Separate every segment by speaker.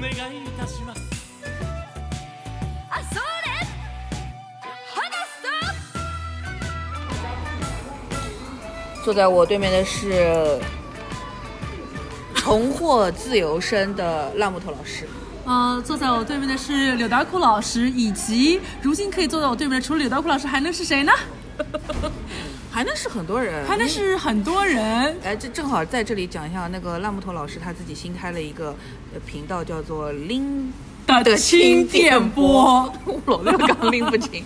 Speaker 1: 願いいたします
Speaker 2: あそれ話すぞ
Speaker 3: 坐在我对面的是重获自由身的烂木头老师。
Speaker 4: 呃，坐在我对面的是柳达库老师，以及如今可以坐在我对面的，除了柳达库老师，还能是谁呢？
Speaker 3: 还能是很多人，
Speaker 4: 还能是很多人。
Speaker 3: 哎，这正好在这里讲一下，那个烂木头老师他自己新开了一个呃频道，叫做“拎
Speaker 4: 的轻
Speaker 3: 电
Speaker 4: 电波，
Speaker 3: 我老 六刚拎不清，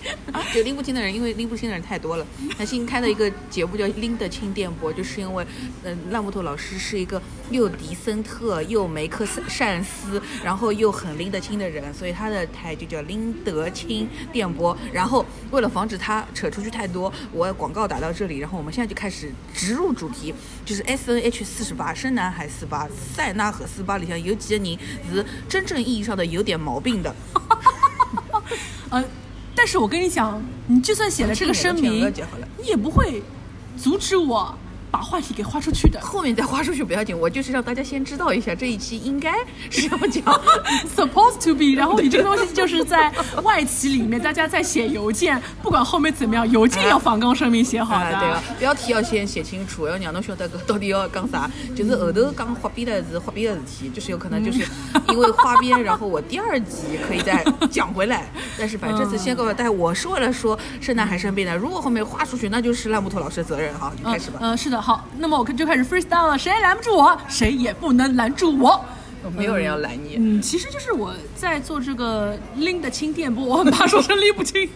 Speaker 3: 就拎不清的人，因为拎不清的人太多了。他新开了一个节目叫“拎的轻电波”，就是因为，嗯、烂木头老师是一个又迪森特又梅克斯善斯，然后又很拎得清的人，所以他的台就叫“拎得清电波”。然后为了防止他扯出去太多，我广告打到这里，然后我们现在就开始直入主题，就是 S N H 四十八深南海四八塞纳河四八里向有几个人是真正意义上的有点毛病的。
Speaker 4: 呃，但是我跟你讲，你就算写了这个声
Speaker 3: 我听你
Speaker 4: 明
Speaker 3: 的听我的就好了，
Speaker 4: 你也不会阻止我把话题给划出去的。
Speaker 3: 后面再花出去不要紧，我就是让大家先知道一下这一期应该是要 讲
Speaker 4: Supposed to be，然后你这个东西就是在外企里面，大家在写邮件，不管后面怎么样，邮 件要防杠声明写好
Speaker 3: 啊，
Speaker 4: 的。
Speaker 3: 对个标题要先写清楚，要让侬晓得搿到底要讲啥。就是后头讲花边的是花边的事体，就是有可能就是 因为花边，然后我第二集可以再讲回来。 但是反正这次先告诉大家，我是为了说圣诞还生病的，如果后面花出去，那就是烂木头老师的责任哈。你
Speaker 4: 嗯
Speaker 3: 开始吧。
Speaker 4: 嗯、是的，好，那么我就开始 freestyle 了，谁也拦不住我，谁也不能拦住我。
Speaker 3: 嗯没有人要拦你，
Speaker 4: 嗯，其实就是我在做这个拎得清电波，我很怕说成拎不清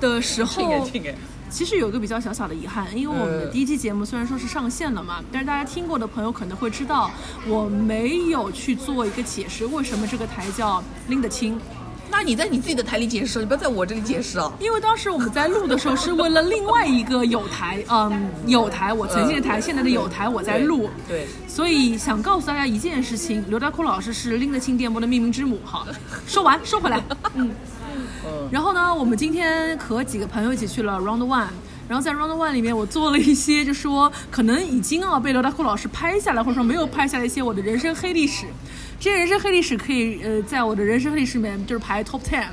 Speaker 4: 的时
Speaker 3: 这个
Speaker 4: 候，
Speaker 3: 这个
Speaker 4: 其实有一个比较小小的遗憾，因为我们的第一期节目虽然说是上线了嘛，
Speaker 3: 嗯
Speaker 4: 但是大家听过的朋友可能会知道，我没有去做一个解释，为什么这个台叫拎得清。
Speaker 3: 那你在你自己的台里解释，你不要在我这里解释啊。
Speaker 4: 因为当时我们在录的时候是为了另外一个有台，嗯，有台，我曾经的台，现在的有台，我在录，
Speaker 3: 对，
Speaker 4: 所以想告诉大家一件事情，刘大库老师是拎得清电波的命名之母。好，说完收回来。嗯，然后呢，我们今天和几个朋友一起去了 Round One。然后在 Round One 里面，我做了一些，就说可能已经啊被刘大库老师拍下来，或者说没有拍下来一些我的人生黑历史。这些人生黑历史可以呃，在我的人生黑历史里面就是排 Top Ten。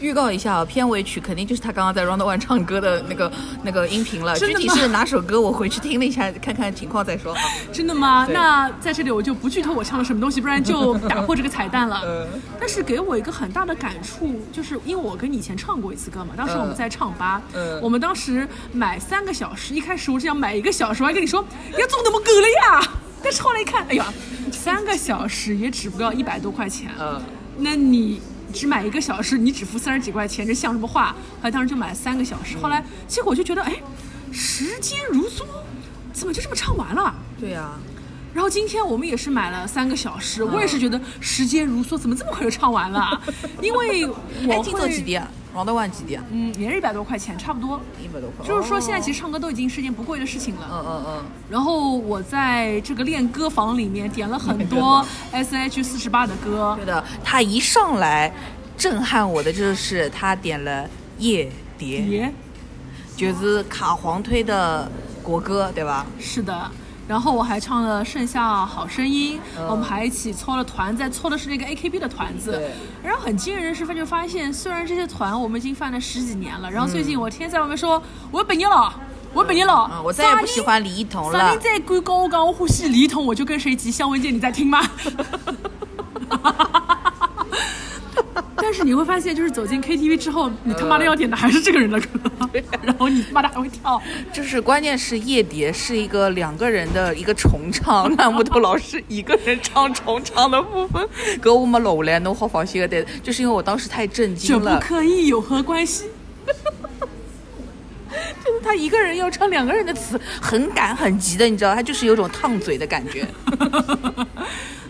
Speaker 3: 预告一下啊，片尾曲肯定就是他刚刚在 Round One 唱歌的那个那个音频了。
Speaker 4: 真
Speaker 3: 具
Speaker 4: 的吗
Speaker 3: 体是哪首歌，我回去听了一下，看看情况再说 啊。
Speaker 4: 真的吗？
Speaker 3: 对
Speaker 4: 那在这里我就不剧透我唱了什么东西，不然就打破这个彩蛋 了。
Speaker 3: 嗯
Speaker 4: 但是给我一个很大的感触，就是因为我跟你以前唱过一次歌嘛，当时我们在唱吧，
Speaker 3: 嗯
Speaker 4: 我们当时买三个小时，一开始我只想买一个小时，我还跟你说要做那么够了呀， 但是后来一看，哎呀，三个小时也只不过要一百多块钱，
Speaker 3: 嗯，
Speaker 4: 那你只买一个小时，你只付三十几块钱，这像什么话？后来当时就买了三个小时，后来结果我就觉得，哎，时间如梭，怎么就这么唱完了？
Speaker 3: 对呀、啊，
Speaker 4: 然后今天我们也是买了三个小
Speaker 3: 嗯
Speaker 4: 时，我也是觉得时间如梭，怎么这么快就唱完了？啊 因为
Speaker 3: 哎，
Speaker 4: 我
Speaker 3: 听奏
Speaker 4: 会
Speaker 3: 几滴啊？Round One 几滴啊？
Speaker 4: 嗯，也是一百多块钱，差不多。
Speaker 3: 一百多块。
Speaker 4: 就是说，现在其
Speaker 3: 实，
Speaker 4: 实唱歌都已经是一件不贵的事情了。
Speaker 3: 嗯嗯哦嗯，
Speaker 4: 然后我在这个练歌房里面点了很多 S H 四十八的歌
Speaker 3: 哦对，的。他一上来震撼我的就是他点了《夜蝶》，
Speaker 4: 碟
Speaker 3: 就是卡皇推的国歌，对吧？
Speaker 4: 是的。然后我还唱了《盛夏好声音》
Speaker 3: 嗯
Speaker 4: 我们还一起搓了团在搓的是那个 AKB 的团子。
Speaker 3: 对
Speaker 4: 然后很惊人的是，发就发现虽然这些团我们已经犯了十几年了，然后最近我天天在外面说，我毕业了，我毕业了、
Speaker 3: 嗯啊，我再也不喜欢李一桐
Speaker 4: 啥
Speaker 3: 了
Speaker 4: 人。再敢跟我讲我欢喜李彤，我就跟谁急。香文姐，你在听吗？ 但是你会发现，就是走进 KTV 之后，你他妈
Speaker 3: 嗯
Speaker 4: 的要点的还是这个人的歌， 然后你他妈的还会跳。
Speaker 3: 就是关键是夜蝶是一个两个人的一个重 唱，那木头老师一个人唱重唱的部分，搿我们录下来，侬好放心个对，就是因为我当时太震
Speaker 4: 这
Speaker 3: 惊
Speaker 4: 不
Speaker 3: 了，
Speaker 4: 可以有何关系？
Speaker 3: 就是他一个人要唱两个人的词，很赶很急的，你知道，他就是有种烫嘴的感 觉。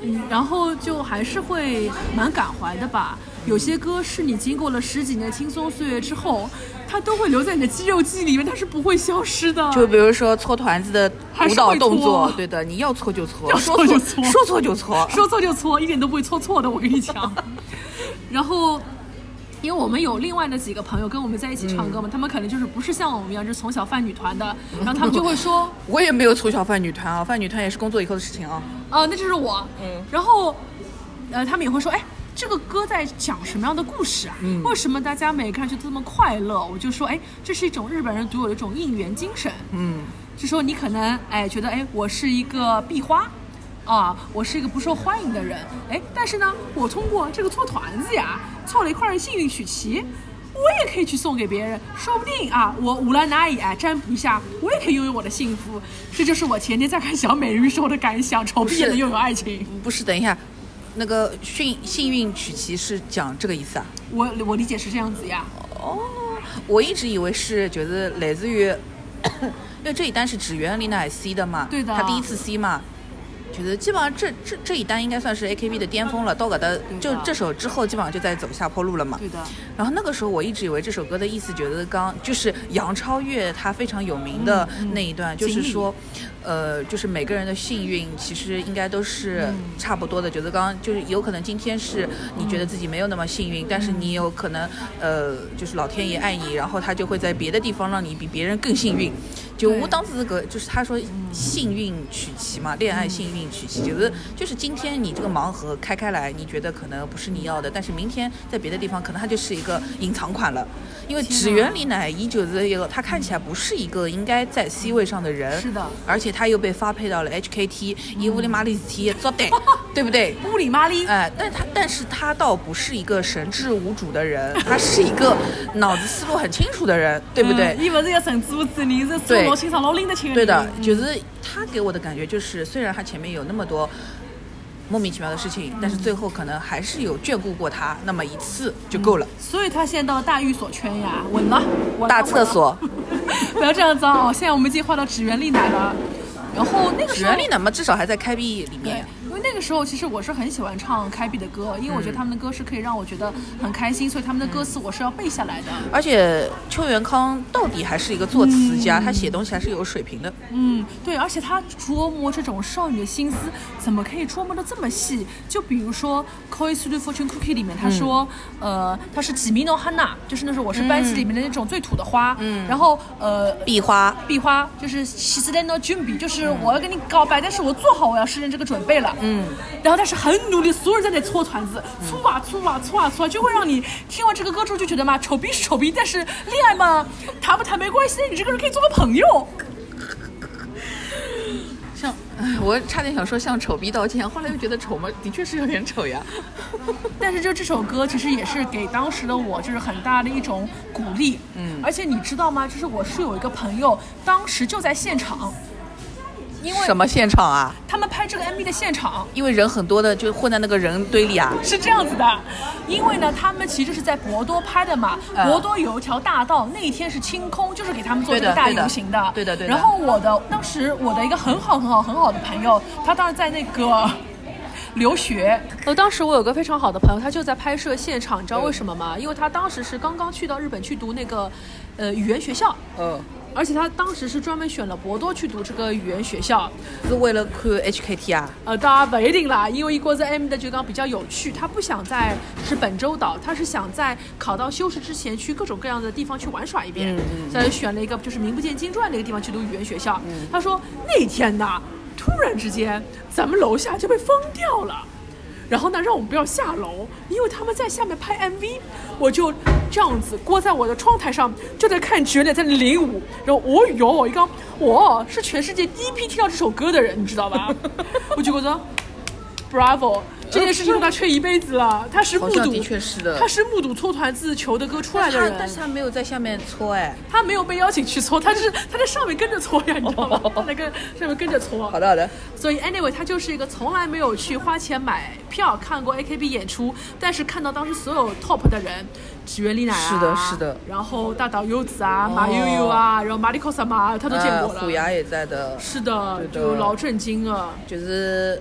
Speaker 4: 嗯， 然后就还是会蛮感怀的吧。有些歌是你经过了十几年轻松岁月之后，它都会留在你的肌肉记忆里面，它是不会消失的。
Speaker 3: 就比如说搓团子的舞蹈动
Speaker 4: 还是会
Speaker 3: 作
Speaker 4: 搓，
Speaker 3: 对的，你要搓就搓，
Speaker 4: 要
Speaker 3: 说
Speaker 4: 搓就
Speaker 3: 搓
Speaker 4: 搓
Speaker 3: 说搓就搓。
Speaker 4: 说错就错，一点都不会错错的，我跟你讲。 然后。因为我们有另外的几个朋友跟我们在一起唱歌嘛，他们可能就是不是像我们一样，就是从小饭女团 的，然后他们就会说，
Speaker 3: 我
Speaker 4: 哦
Speaker 3: 也没有从小饭女团啊，饭女团也是工作以后的事情啊。
Speaker 4: 嗯啊，那就是我。然后呃，他们也会说，哎。这个歌在讲什么样的故事啊？为什么大家每个人就这么快乐？我就说，哎，这是一种日本人独有的一种应援精神。
Speaker 3: 嗯，
Speaker 4: 就说你可能哎觉得哎我是一个壁花，啊我是一个不受欢迎的人，哎但是呢我通过这个搓团子呀凑了一块幸运曲奇，我也可以去送给别人，说不定啊我乌兰那伊哎占卜一下，我也可以拥有我的幸福。这就是我前天在看小美人鱼时候的感想，丑逼也能拥有爱情。
Speaker 3: 不是，等一下，那个幸幸运曲奇是讲这个意思啊？
Speaker 4: 我我理解是这样子呀，
Speaker 3: 哦，我一直以为是觉得来自于， 因为这一单是指袁丽娜 C 的嘛，
Speaker 4: 对的
Speaker 3: 她第一次 C 嘛，觉得基本上这这这一单应该算是 AKB 的巅峰了，到搿搭就这首之后基本上就在走下坡路了嘛。
Speaker 4: 对的。
Speaker 3: 然后那个时候我一直以为这首歌的意思，觉得刚就是杨超越她非常有名的那一段，就是说，呃，就是每个人的幸运其实应该都是差不多的。觉得刚刚就是有可能今天是你觉得自己没有那么幸运，但是你有可能呃，就是老天爷爱你，然后他就会在别的地方让你比别人更幸运。就
Speaker 4: 对嗯
Speaker 3: 我当时这个就是他说幸运曲奇嘛，恋爱幸运曲奇，就是就是今天你这个盲盒开开来，你觉得可能不是你要的，但是明天在别的地方可能它就是一个隐藏款了，因为
Speaker 4: 天
Speaker 3: 纸
Speaker 4: 哪
Speaker 3: 原里乃依旧是一个，他看起来不是一个应该在 C 位上的人，
Speaker 4: 是的嗯
Speaker 3: 而且他又被发配到了 HKT，伊乌里马里斯提也做 对，对不对？
Speaker 4: 乌里玛丽。
Speaker 3: 哎，但他但是他倒不是一个神志无主的人，他是一个脑子思路很清楚的人，对不对？
Speaker 4: 嗯伊勿是一个神志无主人，是
Speaker 3: 对
Speaker 4: 是老清爽、老拎得清
Speaker 3: 对的，
Speaker 4: 人
Speaker 3: 就是他给我的感觉就是，虽然他前面有那么多莫名其妙的事情，但是最后可能还是有眷顾过他那么一次就够了。
Speaker 4: 所以他现在到了大寓所圈呀，稳了，稳了
Speaker 3: 大厕。所，
Speaker 4: 不要这样子哦，现在我们已经换到纸原丽乃了。然后那个时候
Speaker 3: 原力，呢嘛，至少还在开闭里
Speaker 4: 对
Speaker 3: 面。，
Speaker 4: 因为那个时候其实我是很喜欢唱开闭的歌，因为我觉得他们的歌是可以让我觉得很开心，所以他们的歌词我是要背下来的。
Speaker 3: 而且邱元康到底还是一个作词家，他写东西还是有水平的。
Speaker 4: 嗯，对，而且他琢磨这种少女的心思，怎么可以琢磨的这么细？就比如说《Koi s u d Fortune Cookie》里面，他说，呃，他是吉米诺汉娜，就是那时候我是班级里面的那种最土的花。嗯。然后呃，
Speaker 3: 壁花，
Speaker 4: 壁花就是西斯兰诺俊比，就是我要跟你告白，但是我做好我要实现这个准备了。嗯，然后但是很努力，所有人在那搓团子，搓啊搓啊搓啊搓啊，就会让你听完这个歌之后就觉得嘛，丑逼是丑逼，但是恋爱嘛，谈不谈没关系，你这个人可以做个朋友。
Speaker 3: 像 哎我差点想说向丑逼道歉，后来又觉得丑嘛，的确是有点丑 呀。
Speaker 4: 但是就这首歌其实也是给当时的我就是很大的一种鼓励，嗯，而且你知道吗？就是我是有一个朋友，当时就在现场，因为
Speaker 3: 什么现场啊？
Speaker 4: 他们拍这个 MV 的现场，
Speaker 3: 因为人很多的，就混在那个人堆里啊。
Speaker 4: 是这样子的，因为呢，他们其实是在博多拍的嘛，
Speaker 3: 嗯
Speaker 4: 博多有一条大道，那一天是清空，就是给他们做
Speaker 3: 对
Speaker 4: 这
Speaker 3: 的
Speaker 4: 个大
Speaker 3: 对的
Speaker 4: 游行的。
Speaker 3: 对的对的
Speaker 4: 然后我的当时我的一个很好很好很好的朋友，他当时在那个。 留学，呃，当时我有个非常好的朋友，他就在拍摄现场，你知道为什么吗？因为他当时是刚刚去到日本去读那个，呃，语言学校，
Speaker 3: 嗯，
Speaker 4: 而且他当时是专门选了博多去读这个语言学校，
Speaker 3: 是为了看 HKT 啊。
Speaker 4: 呃，当然不一定啦，因为一国在 M 的就刚比较有趣，他不想在是本州岛，他是想在考到修士之前去各种各样的地方去玩耍一遍，
Speaker 3: 嗯嗯
Speaker 4: 所以他就选了一个就是名不见经传的一个地方去读语言学校。他说那天呐，突然之间咱们楼下就被封掉了。然后呢，让我们不要下楼，因为他们在下面拍 MV。我就这样子窝在我的窗台上，就在看绝恋在那领舞。然后，哦哟，我一刚，我是全世界第一批听到这首歌的人，你知 道吧？我就觉得 Bravo，这件事情让他吹一辈子了。他是目
Speaker 3: 好像
Speaker 4: 睹，
Speaker 3: 的确是的
Speaker 4: 他是目睹搓团自求的歌出来
Speaker 3: 但
Speaker 4: 的
Speaker 3: 是他
Speaker 4: 人，
Speaker 3: 但是他没有在下面搓哎。
Speaker 4: 他没有被邀请去搓，他就是他在上面跟着搓呀，你知 道吗？他在跟上面跟着啊搓。
Speaker 3: 好的好的，
Speaker 4: 所以 anyway，他就是一个从来没有去花钱买票看过 AKB 演出，但是看到当时所有 top 的人，指原丽乃啊，
Speaker 3: 是的是的哦
Speaker 4: 然后大岛优子啊，马悠悠啊，然后马里科萨玛，他都见过
Speaker 3: 呃、虎
Speaker 4: 了。
Speaker 3: 牙也在的，
Speaker 4: 是的，
Speaker 3: 对的
Speaker 4: 就老震惊啊了，
Speaker 3: 就是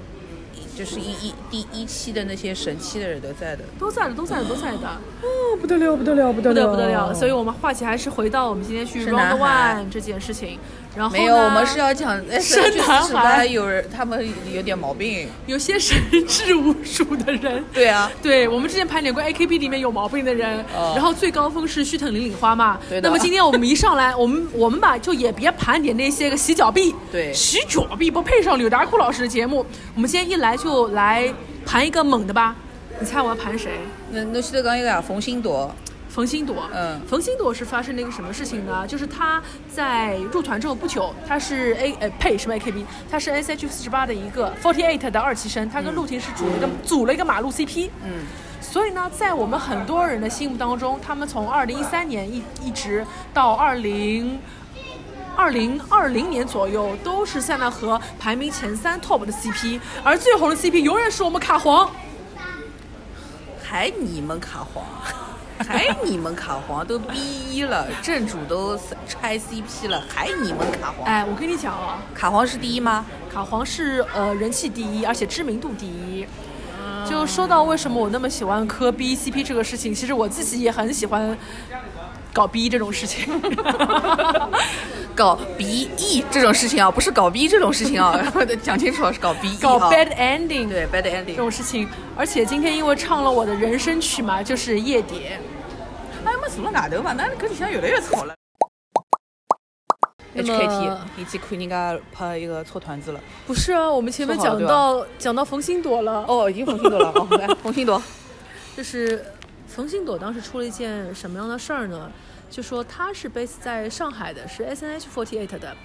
Speaker 3: 就是一一第一期的那些神期的人都在的。
Speaker 4: 都在的，都在的，都在的，
Speaker 3: 哦不得了，不得了，不得
Speaker 4: 不得不得了。所以我们话题还是回到我们今天去
Speaker 3: 是
Speaker 4: Round
Speaker 3: 男孩
Speaker 4: One 这件事情。然后呢
Speaker 3: 没有，我们是要讲哎
Speaker 4: 生男
Speaker 3: 是
Speaker 4: 孩
Speaker 3: 吧？有人他们有点毛病。
Speaker 4: 有些神 志无主的人，
Speaker 3: 对啊，
Speaker 4: 对，我们之前盘点过 AKB 里面有毛病的人，
Speaker 3: 哦
Speaker 4: 然后最高峰是须藤绫绫花嘛。
Speaker 3: 对的
Speaker 4: 那么今天我们一 上来，我们我们吧就也别盘点那些个洗脚币，
Speaker 3: 对
Speaker 4: 洗脚币不配上柳达库老师的节目，我们今天一来就来盘一个猛的吧。你猜我要盘谁？
Speaker 3: 那侬前头讲一个啊，冯鑫朵，
Speaker 4: 冯鑫朵，
Speaker 3: 嗯
Speaker 4: 冯鑫朵是发生了一个什么事情呢？就是她在入团之后不久，她是 A 呃呸什么 AKB，她是 SH 四十八的一个 Forty Eight 的二期生，她跟陆婷是组了一个、组了一个马路 CP，
Speaker 3: 嗯，
Speaker 4: 所以呢，在我们很多人的心目当中，他们从二零一三年一一直到二零。二零二零年左右都是塞纳河排名前三 top 的 CP，而最红的 CP 永远是我们卡皇。
Speaker 3: 还你们卡 皇，还你们卡皇都 B 一了，正主都拆 CP 了，还你们卡皇，
Speaker 4: 哎，我跟你讲啊，
Speaker 3: 卡皇是第一吗？
Speaker 4: 卡皇是呃人气第一，而且知名度第一。就说到为什么我那么喜欢磕 B CP 这个事情，其实我自己也很喜欢搞 B 这种事情。
Speaker 3: 搞 B E 这种事情啊，不是搞 B 这种事情 啊，讲清楚啊，是搞 B E
Speaker 4: 搞
Speaker 3: 啊
Speaker 4: bad ending
Speaker 3: 对 bad
Speaker 4: 这
Speaker 3: ending，
Speaker 4: 种事情，而且今天因为唱了我的人生曲嘛，就是《夜蝶
Speaker 3: 哎没坐了外头嘛，那搿里向越来越吵了。
Speaker 4: 那么
Speaker 3: HKT，已经看人家拍一个搓团子了。》。
Speaker 4: 不是啊，我们前面
Speaker 3: 说好
Speaker 4: 讲
Speaker 3: 了
Speaker 4: 到讲到冯鑫朵了，
Speaker 3: 哦，已经红心 朵了，哦，来红心朵，
Speaker 4: 就是冯鑫朵当时出了一件什么样的事儿呢？就说她是 base 在上海的，是 SNH48 的，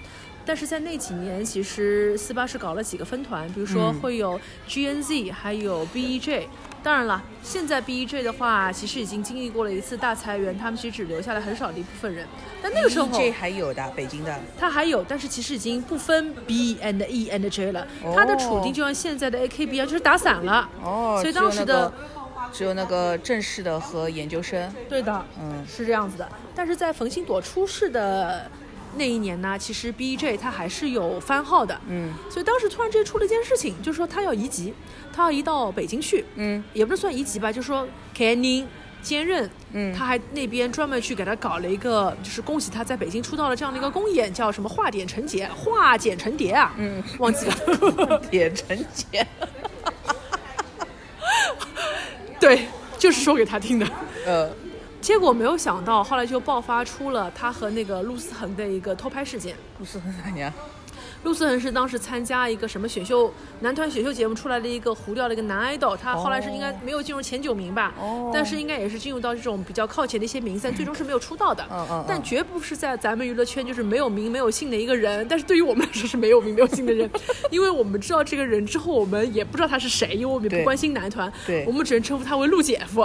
Speaker 4: 但是在那几年，其实四八是搞了几个分团，比如说
Speaker 3: 嗯
Speaker 4: 会有 GNZ，还有 BEJ。当然了，现在 BEJ 的话，其实已经经历过了一次大裁员，他们其实只留下了很少的一部分人。但那个时候，
Speaker 3: 这还有的，北京的，
Speaker 4: 它还有，但是其实已经不分 B and E and J 了，
Speaker 3: 哦
Speaker 4: 它的处境就像现在的 AKB 一样，就是打散了。
Speaker 3: 哦，
Speaker 4: 所以当时的
Speaker 3: 只有那个正式的和研究 生，
Speaker 4: 对的，
Speaker 3: 嗯
Speaker 4: 是这样子的。但是在冯鑫朵出事的那一年呢，其实 BJ 它还是有番号的，
Speaker 3: 嗯
Speaker 4: 所以当时突然之间出了一件事情，就是说他要移籍，他要移到北京去，
Speaker 3: 嗯，
Speaker 4: 也不是算移籍吧，就是说 k e n n 兼任，
Speaker 3: 嗯
Speaker 4: 他还那边专门去给他搞了一个，就是恭喜他在北京出道了这样的一个公演，叫什么化茧成蝶，化茧成蝶啊，嗯，忘记了，
Speaker 3: 铁成杰，
Speaker 4: 对，就是说给他听的。
Speaker 3: 呃，
Speaker 4: 结果没有想到，后来就爆发出了他和那个陆思恒的一个偷拍事件。
Speaker 3: 不是很难呀，
Speaker 4: 陆思恒是当时参加一个什么选秀男团选秀节目出来的一个糊掉的一个男 idol，他后来是应该没有进入前九名吧，
Speaker 3: 哦
Speaker 4: 但是应该也是进入到这种比较靠前的一些名单，最终是没有出道的。
Speaker 3: 嗯嗯
Speaker 4: 但绝不是在咱们娱乐圈就是没有名没有姓的一个人，但是对于我们来说是没有名没有姓 的人，因为我们知道这个人之后，我们也不知道他是谁，因为我们也
Speaker 3: 对
Speaker 4: 不关心男团，
Speaker 3: 对
Speaker 4: 我们只能称呼他为陆姐夫，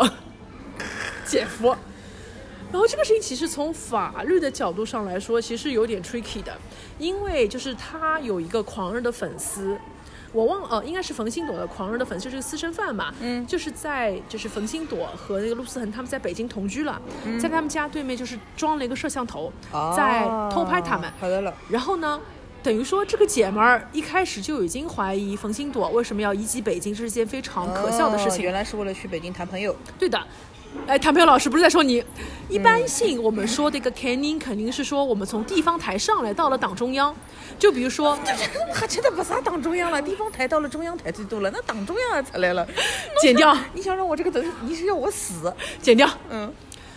Speaker 4: 姐夫。然后这个事情其实从法律的角度上来说，其实有点 tricky 的，因为就是他有一个狂热的粉丝，我忘呃，应该是冯鑫朵的狂热的粉丝，就是个私生饭嘛，嗯，就是在就是冯鑫朵和那个陆思恒他们在北京同居了，在他们家对面就是装了一个摄像头，
Speaker 3: 哦
Speaker 4: 在偷拍他们，
Speaker 3: 啊好的了，
Speaker 4: 然后呢，等于说这个姐们儿一开始就已经怀疑冯鑫朵为什么要移籍北京，这是件非常可笑的事
Speaker 3: 哦
Speaker 4: 情。
Speaker 3: 原来是为了去北京谈朋友，
Speaker 4: 对的。哎，谭平老师不是在说你，一般性我们说这个 caning 肯定是说我们从地方台上来到了党中央，就比如说，
Speaker 3: 还真的不啥党中央了，地方台到了中央台最多了，那党中央也出 来了，
Speaker 4: 剪掉，
Speaker 3: 你想让我这个人，你是要我死？
Speaker 4: 剪掉。
Speaker 3: 嗯，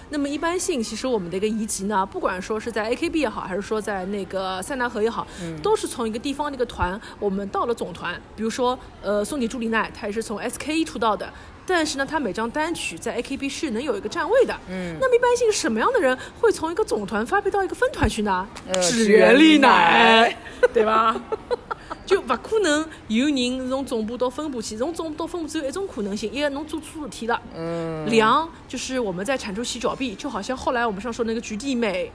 Speaker 4: 那么一般性，其实我们的一个移籍呢，不管说是在 AKB 也好，还是说在那个塞纳河也好，
Speaker 3: 嗯
Speaker 4: 都是从一个地方的一个团，我们到了总团。比如说，呃，松井朱里奈，她也是从 SKE 出道的。但是呢，她每张单曲在 AKB 是能有一个站位的。嗯，那么一般性什么样的人会从一个总团发配到一个分团去呢？
Speaker 3: 呃
Speaker 4: 指
Speaker 3: 指原
Speaker 4: 丽
Speaker 3: 丽乃，
Speaker 4: 对吧？ 就勿可能有人是从总部到分部去，从总部到分部只有一种可能性：一个侬做错事体了，嗯，两就是我们在铲除洗脚壁，就好像后来我们上说那个菊地美、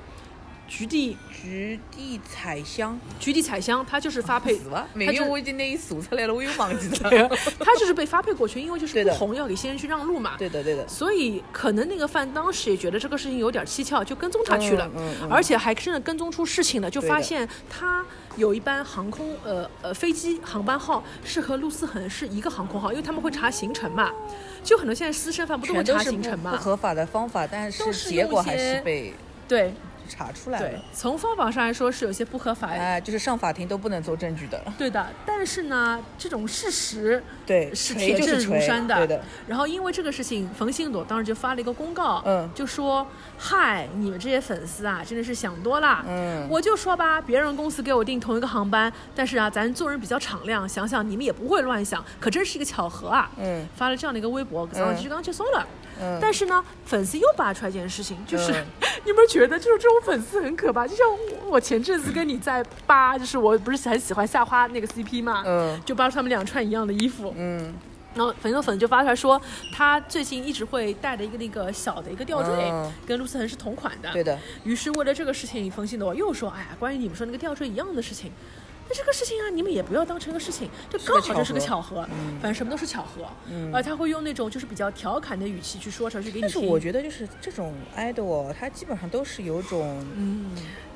Speaker 4: 菊地
Speaker 3: 局地采香，
Speaker 4: 菊地彩香，她就是发配，
Speaker 3: 死 吧！
Speaker 4: 她
Speaker 3: 每
Speaker 4: 就啊
Speaker 3: 天我已经那一数出来了，我又忘记 了。
Speaker 4: 她就是被发配过去，因为就是
Speaker 3: 对
Speaker 4: 不
Speaker 3: 的
Speaker 4: 红要给新人去让路嘛，
Speaker 3: 对的，对的，
Speaker 4: 所以可能那个范当时也觉得这个事情有点蹊跷，就跟踪他去了，
Speaker 3: 嗯嗯嗯
Speaker 4: 而且还真的跟踪出事情了，就
Speaker 3: 对的
Speaker 4: 发现他有一班航空呃呃飞机航班号是和陆思恒是一个航空号，因为他们会查行程嘛，就很多现在私生饭不都会
Speaker 3: 全都
Speaker 4: 查
Speaker 3: 是
Speaker 4: 行
Speaker 3: 不
Speaker 4: 程
Speaker 3: 不
Speaker 4: 嘛，
Speaker 3: 合法的方法，但
Speaker 4: 都
Speaker 3: 是
Speaker 4: 是
Speaker 3: 结
Speaker 4: 用一
Speaker 3: 果还
Speaker 4: 些
Speaker 3: 是被
Speaker 4: 对，
Speaker 3: 查出来
Speaker 4: 对
Speaker 3: 了，，
Speaker 4: 从方法上来说是有些不合法的，
Speaker 3: 哎，就是上法庭都不能做证据的，
Speaker 4: 对的。但是呢，这种事实
Speaker 3: 对
Speaker 4: 是
Speaker 3: 锤
Speaker 4: 铁
Speaker 3: 就是
Speaker 4: 证如
Speaker 3: 锤
Speaker 4: 山的。
Speaker 3: 对的
Speaker 4: 然后因为这个事情，冯信朵当时就发了一个公告，
Speaker 3: 嗯
Speaker 4: 就说：“嗨，你们这些粉丝啊，真的是想多了。
Speaker 3: 嗯
Speaker 4: 我就说吧，别人公司给我订同一个航班，但是啊，咱做人比较敞亮，想想你们也不会乱想，可真是一个巧合啊。
Speaker 3: 嗯
Speaker 4: 发了这样的一个微博，然后就刚去搜了。
Speaker 3: 嗯
Speaker 4: 但是呢，粉丝又扒出来一件事情，就是、
Speaker 3: 嗯
Speaker 4: 你有没有觉得，就是这种粉丝很可怕？就像我我前阵子跟你在扒，就是我不是很喜欢夏花那个 CP 嘛，
Speaker 3: 嗯
Speaker 4: 就扒出他们俩穿一样的衣服，
Speaker 3: 嗯，
Speaker 4: 然后粉丝粉就发出来说，他最近一直会戴着一个那个小的一个吊坠，
Speaker 3: 嗯
Speaker 4: 跟陆思恒是同款的。
Speaker 3: 对的。
Speaker 4: 于是为了这个事情，冯鑫的我又说，哎呀，关于你们说那个吊坠一样的事情，那这个事情啊，你们也不要当成个事情，就刚好就是个巧合，反正什么都是巧合。嗯，而他会用那种就是比较调侃的语气去说出来，去给你
Speaker 3: 但是
Speaker 4: 听。
Speaker 3: 我觉得就是这种 idol，他基本上都是有种
Speaker 4: 嗯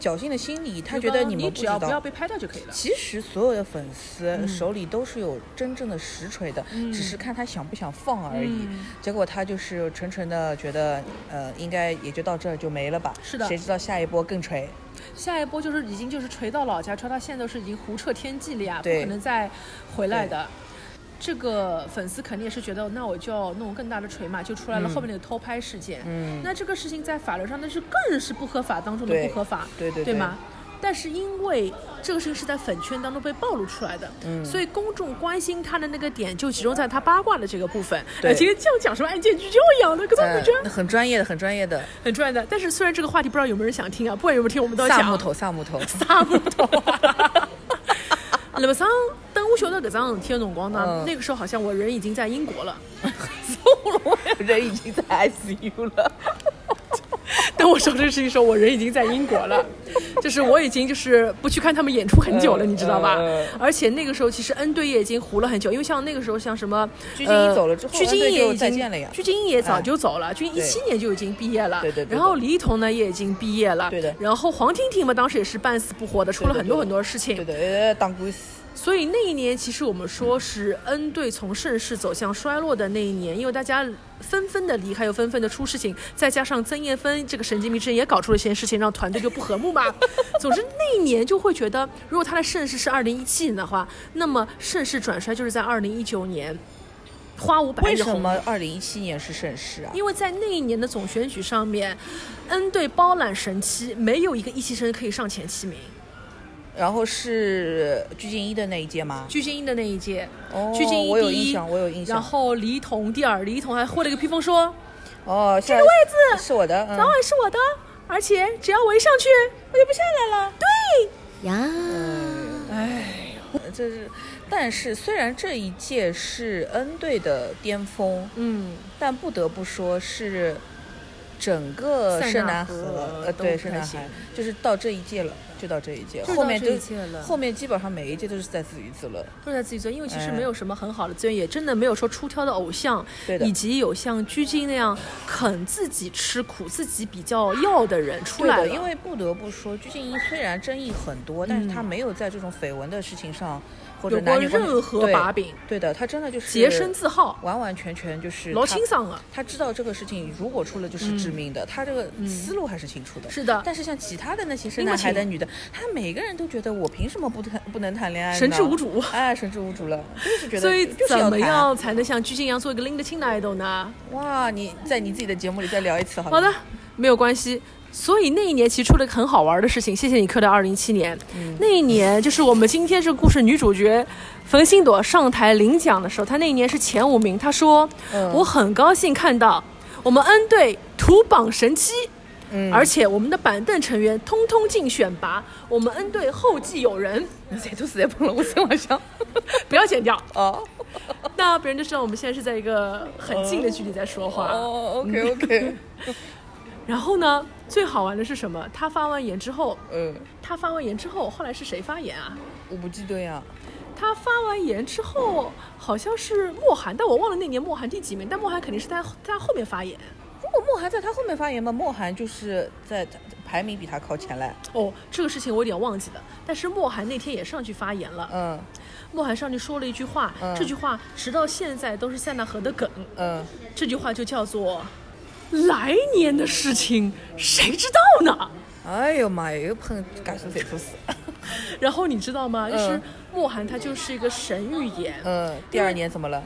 Speaker 3: 侥幸的心理，他觉得
Speaker 4: 你
Speaker 3: 们不
Speaker 4: 只
Speaker 3: 知
Speaker 4: 要不要
Speaker 3: 道。
Speaker 4: 被拍到就可以了。
Speaker 3: 其实所有的粉丝手里都是有真正的实锤的，只是看他想不想放而已。
Speaker 4: 嗯
Speaker 3: 结果他就是纯纯的觉得，呃，应该也就到这儿就没了吧。
Speaker 4: 是的
Speaker 3: 谁知道下一波更锤？
Speaker 4: 下一波就是已经就是锤到老家，锤到现在都是已经胡彻天际了呀，不
Speaker 3: 对
Speaker 4: 可能再回来的。这个粉丝肯定也是觉得，那我就要弄更大的锤嘛，就出来了后面那个偷拍事件。
Speaker 3: 嗯
Speaker 4: 那这个事情在法律上那是更是不合法当中的
Speaker 3: 对
Speaker 4: 不合法，
Speaker 3: 对对
Speaker 4: 对
Speaker 3: 对
Speaker 4: 吗？但是因为这个事情是在粉圈当中被暴露出来的，
Speaker 3: 嗯
Speaker 4: 所以公众关心他的那个点就集中在他八卦的这个部分。
Speaker 3: 对
Speaker 4: 哎今天这样讲什么案件聚焦一样的，可是我
Speaker 3: 嗯
Speaker 4: 们真，
Speaker 3: 很专业的，很专业的，
Speaker 4: 很赚的。但是虽然这个话题不知道有没有人想听啊，不管有没有听，我们都要
Speaker 3: 萨
Speaker 4: 讲。
Speaker 3: 木头， 萨木头。
Speaker 4: 差不多。 那么上当我晓得搿桩事体的辰光呢
Speaker 3: 嗯，
Speaker 4: 那个时候好像我人已经在英 国了。
Speaker 3: 人已经在 ICU 了。
Speaker 4: 当我说这个事情的时候，我人已经在英国了，就是我已经就是不去看他们演出很久了，
Speaker 3: 嗯
Speaker 4: 你知道吧
Speaker 3: 嗯？
Speaker 4: 而且那个时候其实恩队也已经糊了很久，因为像那个时候像什么
Speaker 3: 鞠婧祎
Speaker 4: 呃
Speaker 3: 走了之后
Speaker 4: 鞠婧祎
Speaker 3: 恩队
Speaker 4: 也
Speaker 3: 就
Speaker 4: 已
Speaker 3: 再
Speaker 4: 经
Speaker 3: 见了呀哎
Speaker 4: 鞠婧祎也早就走了，鞠婧祎一
Speaker 3: 对
Speaker 4: 七年就已经毕业了，
Speaker 3: 对对对对
Speaker 4: 然后李一桐呢也已经毕业了，
Speaker 3: 对的
Speaker 4: 然后黄婷婷嘛当时也是半死不活的，出了
Speaker 3: 对对
Speaker 4: 很多
Speaker 3: 对
Speaker 4: 很多事情，
Speaker 3: 对的，呃当官司。
Speaker 4: 所以那一年，其实我们说是恩队从盛世走向衰落的那一年，因为大家纷纷的离开，又纷纷的出事情，再加上曾艳芬这个神经病之前也搞出了一些事情，让团队就不和睦嘛。总之那一年就会觉得，如果他的盛世是二零一七年的话，那么盛世转衰就是在二零一九年，花无百
Speaker 3: 为
Speaker 4: 日
Speaker 3: 什
Speaker 4: 红。
Speaker 3: 么二零一七年是盛世啊？
Speaker 4: 因为在那一年的总选举上面，恩队包揽神七，没有一个一期生可以上前七名。
Speaker 3: 然后是鞠婧祎的那一届吗？
Speaker 4: 鞠婧祎的那一届，
Speaker 3: 哦
Speaker 4: 鞠婧祎第一，
Speaker 3: 我有印象我有印象
Speaker 4: 然后李一桐第二，李一桐还获了一个披风说
Speaker 3: 哦，这个
Speaker 4: 位置
Speaker 3: 是我的，：“
Speaker 4: 早
Speaker 3: 嗯，
Speaker 4: 晚是我的，而且只要我一上去，我就不下来
Speaker 3: 嗯
Speaker 4: 了。”对，
Speaker 5: 呀，
Speaker 3: 这是。但是虽然这一届是 N 队的巅峰，
Speaker 4: 嗯，
Speaker 3: 但不得不说是整个
Speaker 4: 塞纳
Speaker 3: 圣南
Speaker 4: 河
Speaker 3: 河，呃，
Speaker 4: 都
Speaker 3: 对，
Speaker 4: 不
Speaker 3: 圣
Speaker 4: 太
Speaker 3: 南
Speaker 4: 行
Speaker 3: 河就是到这一届了，就到这一届，
Speaker 4: 就
Speaker 3: 后
Speaker 4: 到
Speaker 3: 面
Speaker 4: 这
Speaker 3: 都
Speaker 4: 一届了
Speaker 3: 后面基本上每一届都是在自娱自乐。
Speaker 4: 都是在自己做，因为其实
Speaker 3: 哎
Speaker 4: 没有什么很好的资源，也真的没有说出挑的偶像，
Speaker 3: 对的
Speaker 4: 以及有像鞠婧那样肯自己吃苦、自己比较要的人出
Speaker 3: 对
Speaker 4: 来
Speaker 3: 的，
Speaker 4: 了。
Speaker 3: 因为不得不说，鞠婧祎虽然争议很多，但是她没有在这种绯闻的事情上或者
Speaker 4: 嗯有过
Speaker 3: 男女关系
Speaker 4: 任何
Speaker 3: 对
Speaker 4: 把柄
Speaker 3: 对的，她真的就是
Speaker 4: 洁身自好，
Speaker 3: 完完全全就是
Speaker 4: 老
Speaker 3: 她
Speaker 4: 清啊爽了。
Speaker 3: 他知道这个事情如果出了就是致命的，他这个思路还是清楚的。
Speaker 4: 嗯是的
Speaker 3: 但是像其他的那些生男孩的女的，他每个人都觉得我凭什么不谈不能谈恋爱呢？
Speaker 4: 神之无主
Speaker 3: 哎，神之无主了，就是觉得
Speaker 4: 所以
Speaker 3: 就是
Speaker 4: 怎
Speaker 3: 要
Speaker 4: 么
Speaker 3: 谈
Speaker 4: 样才能像鞠婧一样做一个拎得清的 idol 呢？
Speaker 3: 哇，你在你自己的节目里再聊一次好了。
Speaker 4: 好的，，没有关系。所以那一年其实出了一个很好玩的事情，谢谢你刻到二零一七年。
Speaker 3: 嗯
Speaker 4: 那一年就是我们今天这个故事女主角冯鑫朵上台领奖的时候，她那一年是前五名。她说：“
Speaker 3: 嗯
Speaker 4: 我很高兴看到我们恩队土榜神七，
Speaker 3: 嗯，
Speaker 4: 而且我们的板凳成员通通进选拔，我们恩队后继 有人。
Speaker 3: 你谁都死在碰了，我先往上。
Speaker 4: 不要剪掉，
Speaker 3: 哦
Speaker 4: 那别人就知道我们现在是在一个很近的距离在说话。嗯
Speaker 3: 哦，OK OK，
Speaker 4: 然后呢，最好玩的是什么？她发完言之后，
Speaker 3: 嗯，
Speaker 4: 他发完言之后，后来是谁发言啊？
Speaker 3: 我不记得呀，
Speaker 4: 他发完言之后，好像是莫寒，但我忘了那年莫寒第几名，但莫寒肯定是在在后面发言。
Speaker 3: 如果莫寒在他后面发言嘛，莫寒就是在排名比他靠前来，
Speaker 4: 哦，这个事情我有点忘记了，但是莫寒那天也上去发言了。
Speaker 3: 嗯
Speaker 4: 莫寒上去说了一句话，
Speaker 3: 嗯
Speaker 4: 这句话直到现在都是塞纳河的梗。
Speaker 3: 嗯，
Speaker 4: 这句话就叫做“来年的事情谁知道呢？
Speaker 3: 哎呦妈呀，又碰甘肃贼出事。
Speaker 4: 然后你知道吗？就是莫寒他就是一个神预言，
Speaker 3: 嗯，第二年怎么了？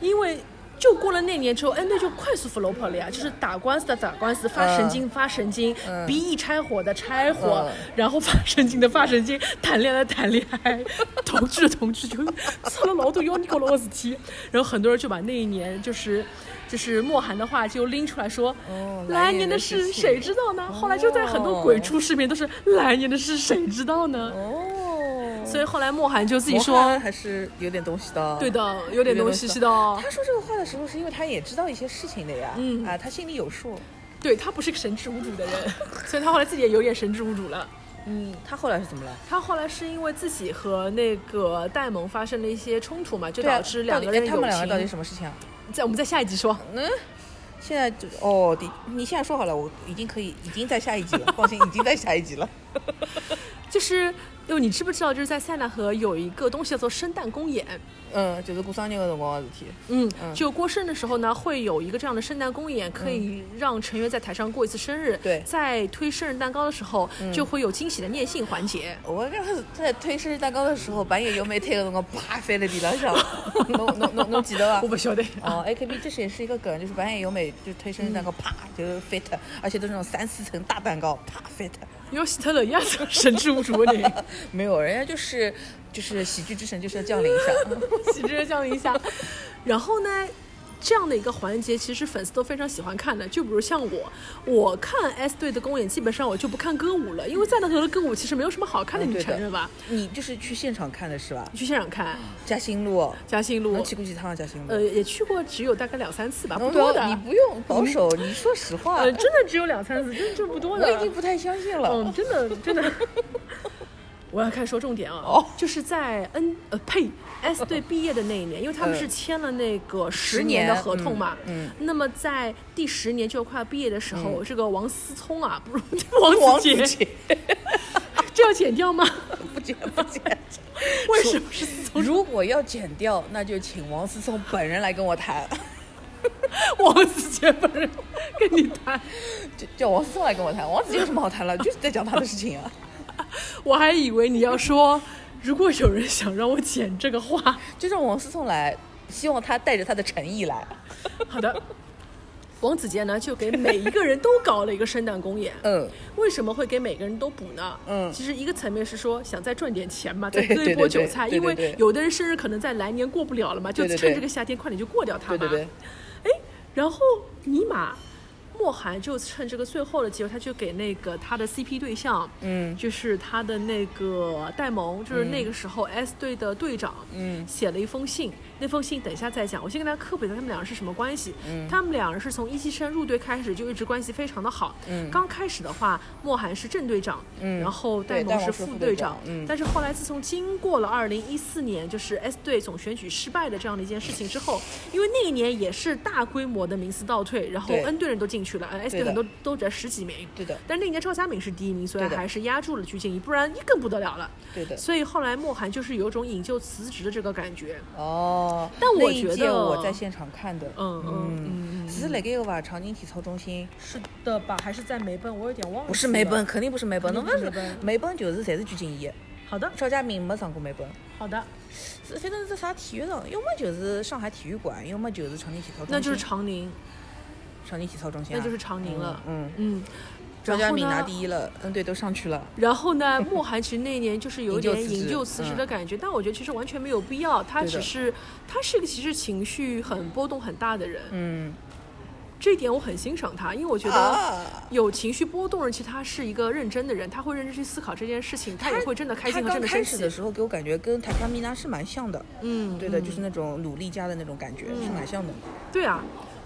Speaker 4: 因为就过了那年之后，恩对就快速 flop 了呀，就是打官司的打官司，发神经发神经，
Speaker 3: 嗯
Speaker 4: 鼻翼拆火的拆火
Speaker 3: 嗯，
Speaker 4: 然后发神经的发神经，谈恋爱的谈恋爱， 同居的同居，就出了老多妖孽搞了个事体。然后很多人就把那一年就是。就是莫寒的话就拎出来说，
Speaker 3: 哦
Speaker 4: 来
Speaker 3: 来
Speaker 4: 年
Speaker 3: 年
Speaker 4: 的
Speaker 3: 的
Speaker 4: 事
Speaker 3: 事
Speaker 4: 谁知道呢？后来就在很多
Speaker 3: 哦
Speaker 4: 鬼畜视频都是来年的事谁知道呢？
Speaker 3: 哦，
Speaker 4: 所以后来莫寒就自己
Speaker 3: 摩
Speaker 4: 说
Speaker 3: 诃，还是有点东西的。
Speaker 4: 对。的，有点东西是的。哦
Speaker 3: 他说这个话的时候，是因为他也知道一些事情的呀，
Speaker 4: 嗯
Speaker 3: 啊，他心里有数。
Speaker 4: 对他不是个神志无主的人，所以他后来自己也有点神志无主了。
Speaker 3: 嗯，他后来是怎么了？
Speaker 4: 他后来是因为自己和那个戴蒙发生了一些冲突嘛，就
Speaker 3: 对啊，
Speaker 4: 导致两个人
Speaker 3: 到底哎他们两个到
Speaker 4: 友
Speaker 3: 底
Speaker 4: 情。
Speaker 3: 什么事情啊？
Speaker 4: 在我们在下一集说，
Speaker 3: 嗯，现在就哦，你你现在说好了，我已经可以，已经在下一集 了，放心，已经在下一集了。
Speaker 4: 就是就你知不知道，就是在塞纳河有一个东西叫做圣诞公演。
Speaker 3: 嗯，就是过生日的辰光的事体。
Speaker 4: 嗯，
Speaker 3: 嗯
Speaker 4: 就过生日的时候呢，会有一个这样的圣诞公演，可以让成员在台上过一次生日。
Speaker 3: 嗯对嗯
Speaker 4: 在推生日蛋糕的时候，就会有惊喜的念信环节。
Speaker 3: 我刚开始在推生日蛋糕的时候，半夜由没推的辰光，啪翻了地浪 向，侬侬侬侬记得伐
Speaker 4: 我？不晓得。
Speaker 3: 哦，AKB 这是也是一个梗，就是板野友美就推生日蛋
Speaker 4: 嗯
Speaker 3: 糕，啪就 fit，而且都是那种三四层大蛋糕，啪 fit。
Speaker 4: 你要希特勒一样神志无主的你。
Speaker 3: 没有，人家就是就是喜剧之神就是要降 临一下。
Speaker 4: 喜之降临一下。然后呢，这样的一个环节，其实粉丝都非常喜欢看的。就比如像我，我看 S 队的公演，基本上我就不看歌舞了，因为在那头的歌舞其实没有什么好看的，
Speaker 3: 嗯
Speaker 4: 你
Speaker 3: 对的
Speaker 4: 承认吧？
Speaker 3: 你就是去现场看的是吧？
Speaker 4: 你去现场看
Speaker 3: 嘉兴路，
Speaker 4: 嘉兴
Speaker 3: 侬
Speaker 4: 路，
Speaker 3: 去过几趟啊嘉兴
Speaker 4: 呃，
Speaker 3: 路？
Speaker 4: 也去过，只有大概两三次吧，不
Speaker 3: 侬
Speaker 4: 多
Speaker 3: 嗯你
Speaker 4: 的。
Speaker 3: 不用保守，你说实话
Speaker 4: 呃，，真的只有两三次，真的就不多的。
Speaker 3: 我已经不太相信了
Speaker 4: 嗯，。真的真的。 我要开始说重点啊，
Speaker 3: 哦
Speaker 4: 就是在 N 呃呸 S 队毕业的那一年，因为他们
Speaker 3: 嗯
Speaker 4: 是签了那个十
Speaker 3: 十
Speaker 4: 年的
Speaker 3: 年
Speaker 4: 合同嘛，
Speaker 3: 嗯
Speaker 4: 那么在第十年就快毕业的时候，这个王思聪啊， 不是王
Speaker 3: 王
Speaker 4: 子
Speaker 3: 子
Speaker 4: 杰，
Speaker 3: 杰，
Speaker 4: 这要 剪掉吗？
Speaker 3: 不剪不剪。
Speaker 4: 为什么是 思聪？
Speaker 3: 如果要剪掉，那就请王思聪本人来跟我谈，
Speaker 4: 王思杰本人跟你谈？
Speaker 3: 就叫王思聪来跟我谈。王子杰有什么好谈了？就是在讲他的 事情啊。
Speaker 4: 我还以为你要说，如果有人想让我剪这个话，
Speaker 3: 就让王思聪来，希望他带着他的诚意来。
Speaker 4: 好的。王子杰呢，就给每一个人都搞了一个圣诞公演，
Speaker 3: 嗯，
Speaker 4: 为什么会给每个人都补呢？
Speaker 3: 嗯
Speaker 4: 其实一个层面是说想再赚点钱嘛，再
Speaker 3: 对
Speaker 4: 割一
Speaker 3: 对对对
Speaker 4: 波韭菜，
Speaker 3: 对
Speaker 4: 因
Speaker 3: 对
Speaker 4: 为
Speaker 3: 对
Speaker 4: 有的人生日可能在来年过不了了嘛，就
Speaker 3: 对对
Speaker 4: 趁
Speaker 3: 对
Speaker 4: 这个夏天快点就过掉它嘛。
Speaker 3: 对对对，
Speaker 4: 然后尼玛，莫寒就趁这个最后的机会，他就给那个他的 CP 对象，
Speaker 3: 嗯
Speaker 4: 就是他的那个戴蒙，就是那个时候 S 队的队长，
Speaker 3: 嗯
Speaker 4: 写了一封信。那封信等一下再讲，我先跟大家科普一下他们两人是什么关系。嗯，他们两人是从一期生入队开始就一直关系非常的好。
Speaker 3: 嗯
Speaker 4: 刚开始的话，莫寒是正队长，
Speaker 3: 嗯
Speaker 4: 然后
Speaker 3: 对
Speaker 4: 戴蒙
Speaker 3: 戴蒙
Speaker 4: 是
Speaker 3: 是
Speaker 4: 副
Speaker 3: 副
Speaker 4: 队
Speaker 3: 队
Speaker 4: 长
Speaker 3: 长，嗯
Speaker 4: 但是后来自从经过了二零一四年就是 S 队总选举失败的这样的一件事情之后，因为那一年也是大规模的名次倒退，然后
Speaker 3: 对
Speaker 4: N 队人都进去了呃，S
Speaker 3: 对
Speaker 4: 队
Speaker 3: 的
Speaker 4: 很多都只在十几名。
Speaker 3: 对的，
Speaker 4: 但是那一年赵佳敏是第一名，所以
Speaker 3: 对的
Speaker 4: 还是压住了鞠婧祎，不然更不得了了。
Speaker 3: 对的。
Speaker 4: 所以后来莫寒就是有种引咎辞职的这个感觉。
Speaker 3: 哦，
Speaker 4: 但我
Speaker 3: 那一
Speaker 4: 觉
Speaker 3: 届
Speaker 4: 得
Speaker 3: 我在现场看的，
Speaker 4: 嗯嗯嗯，
Speaker 3: 只是那个吧，长宁体操中心
Speaker 4: 是的吧？还是在梅奔？我有点忘了。
Speaker 3: 不是梅奔，。肯定不是梅奔，侬
Speaker 4: 肯定不
Speaker 3: 不
Speaker 4: 是
Speaker 3: 是
Speaker 4: 梅奔
Speaker 3: 梅奔就是侪是鞠婧祎，
Speaker 4: 好的，
Speaker 3: 赵佳敏没上过梅奔，
Speaker 4: 好的，
Speaker 3: 是反正是啥体育场，要么就是上海体育馆，要么就是长宁体操中心，
Speaker 4: 那就是长宁，
Speaker 3: 长宁体操中心啊，
Speaker 4: 那就是长宁了。
Speaker 3: 嗯，
Speaker 4: 嗯，
Speaker 3: 赵
Speaker 4: 然
Speaker 3: 佳
Speaker 4: 后
Speaker 3: 敏
Speaker 4: 呢
Speaker 3: 拿第一了，嗯，对，都上去了，
Speaker 4: 然后呢，莫寒其实那一年就是有
Speaker 3: 引咎
Speaker 4: 点
Speaker 3: 辞职嗯
Speaker 4: 引咎辞职的感觉，但我觉得其实完全没有必要。他
Speaker 3: 对的
Speaker 4: 只是他是一个其实情绪很波动很大的人，
Speaker 3: 嗯，
Speaker 4: 这一点我很欣赏他，因为我觉得
Speaker 3: 啊
Speaker 4: 有情绪波动的人，其实他是一个认真的人，他会认真去思考这件事情，他也会真的开
Speaker 3: 他
Speaker 4: 心和
Speaker 3: 刚
Speaker 4: 真的
Speaker 3: 开
Speaker 4: 生
Speaker 3: 始
Speaker 4: 气
Speaker 3: 的。时候给我感觉跟塔卡米娜是蛮像的，
Speaker 4: 嗯，
Speaker 3: 对的，
Speaker 4: 嗯
Speaker 3: 就是那种努力家的那种感觉，是蛮像的。
Speaker 4: 对啊。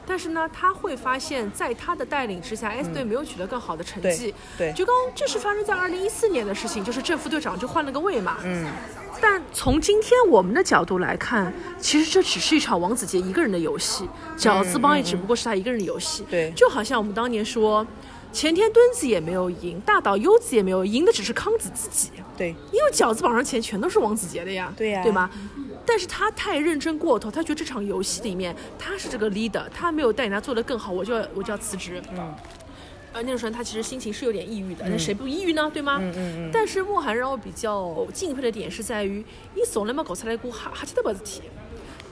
Speaker 4: 但是呢，他会发现，在他的带领之下，S 队没有取得更好的成绩。
Speaker 3: 嗯对对
Speaker 4: 就刚这是发生在二零一四年的事情，就是正副队长就换了个位嘛。
Speaker 3: 嗯，
Speaker 4: 但从今天我们的角度来看，其实这只是一场王子杰一个人的游戏，饺子帮也只不过是他一个人的游戏。
Speaker 3: 嗯对
Speaker 4: 就好像我们当年说，前天墩子也没有赢，大岛优子也没有赢，赢的只是康子自己。
Speaker 3: 对，
Speaker 4: 因为饺子榜上钱全都是王子杰的呀，
Speaker 3: 对呀
Speaker 4: 对吧？但是他太认真过头，他觉得这场游戏里面他是这个 leader，他没有带领他做得更好，我就要我就要辞职。嗯，呃，那个时候他其实心情是有点抑郁的，那、谁不抑郁呢？对吗？嗯嗯但是莫寒让我比较敬佩的点是在于，伊从来没搞出来过哈哈气的不事体。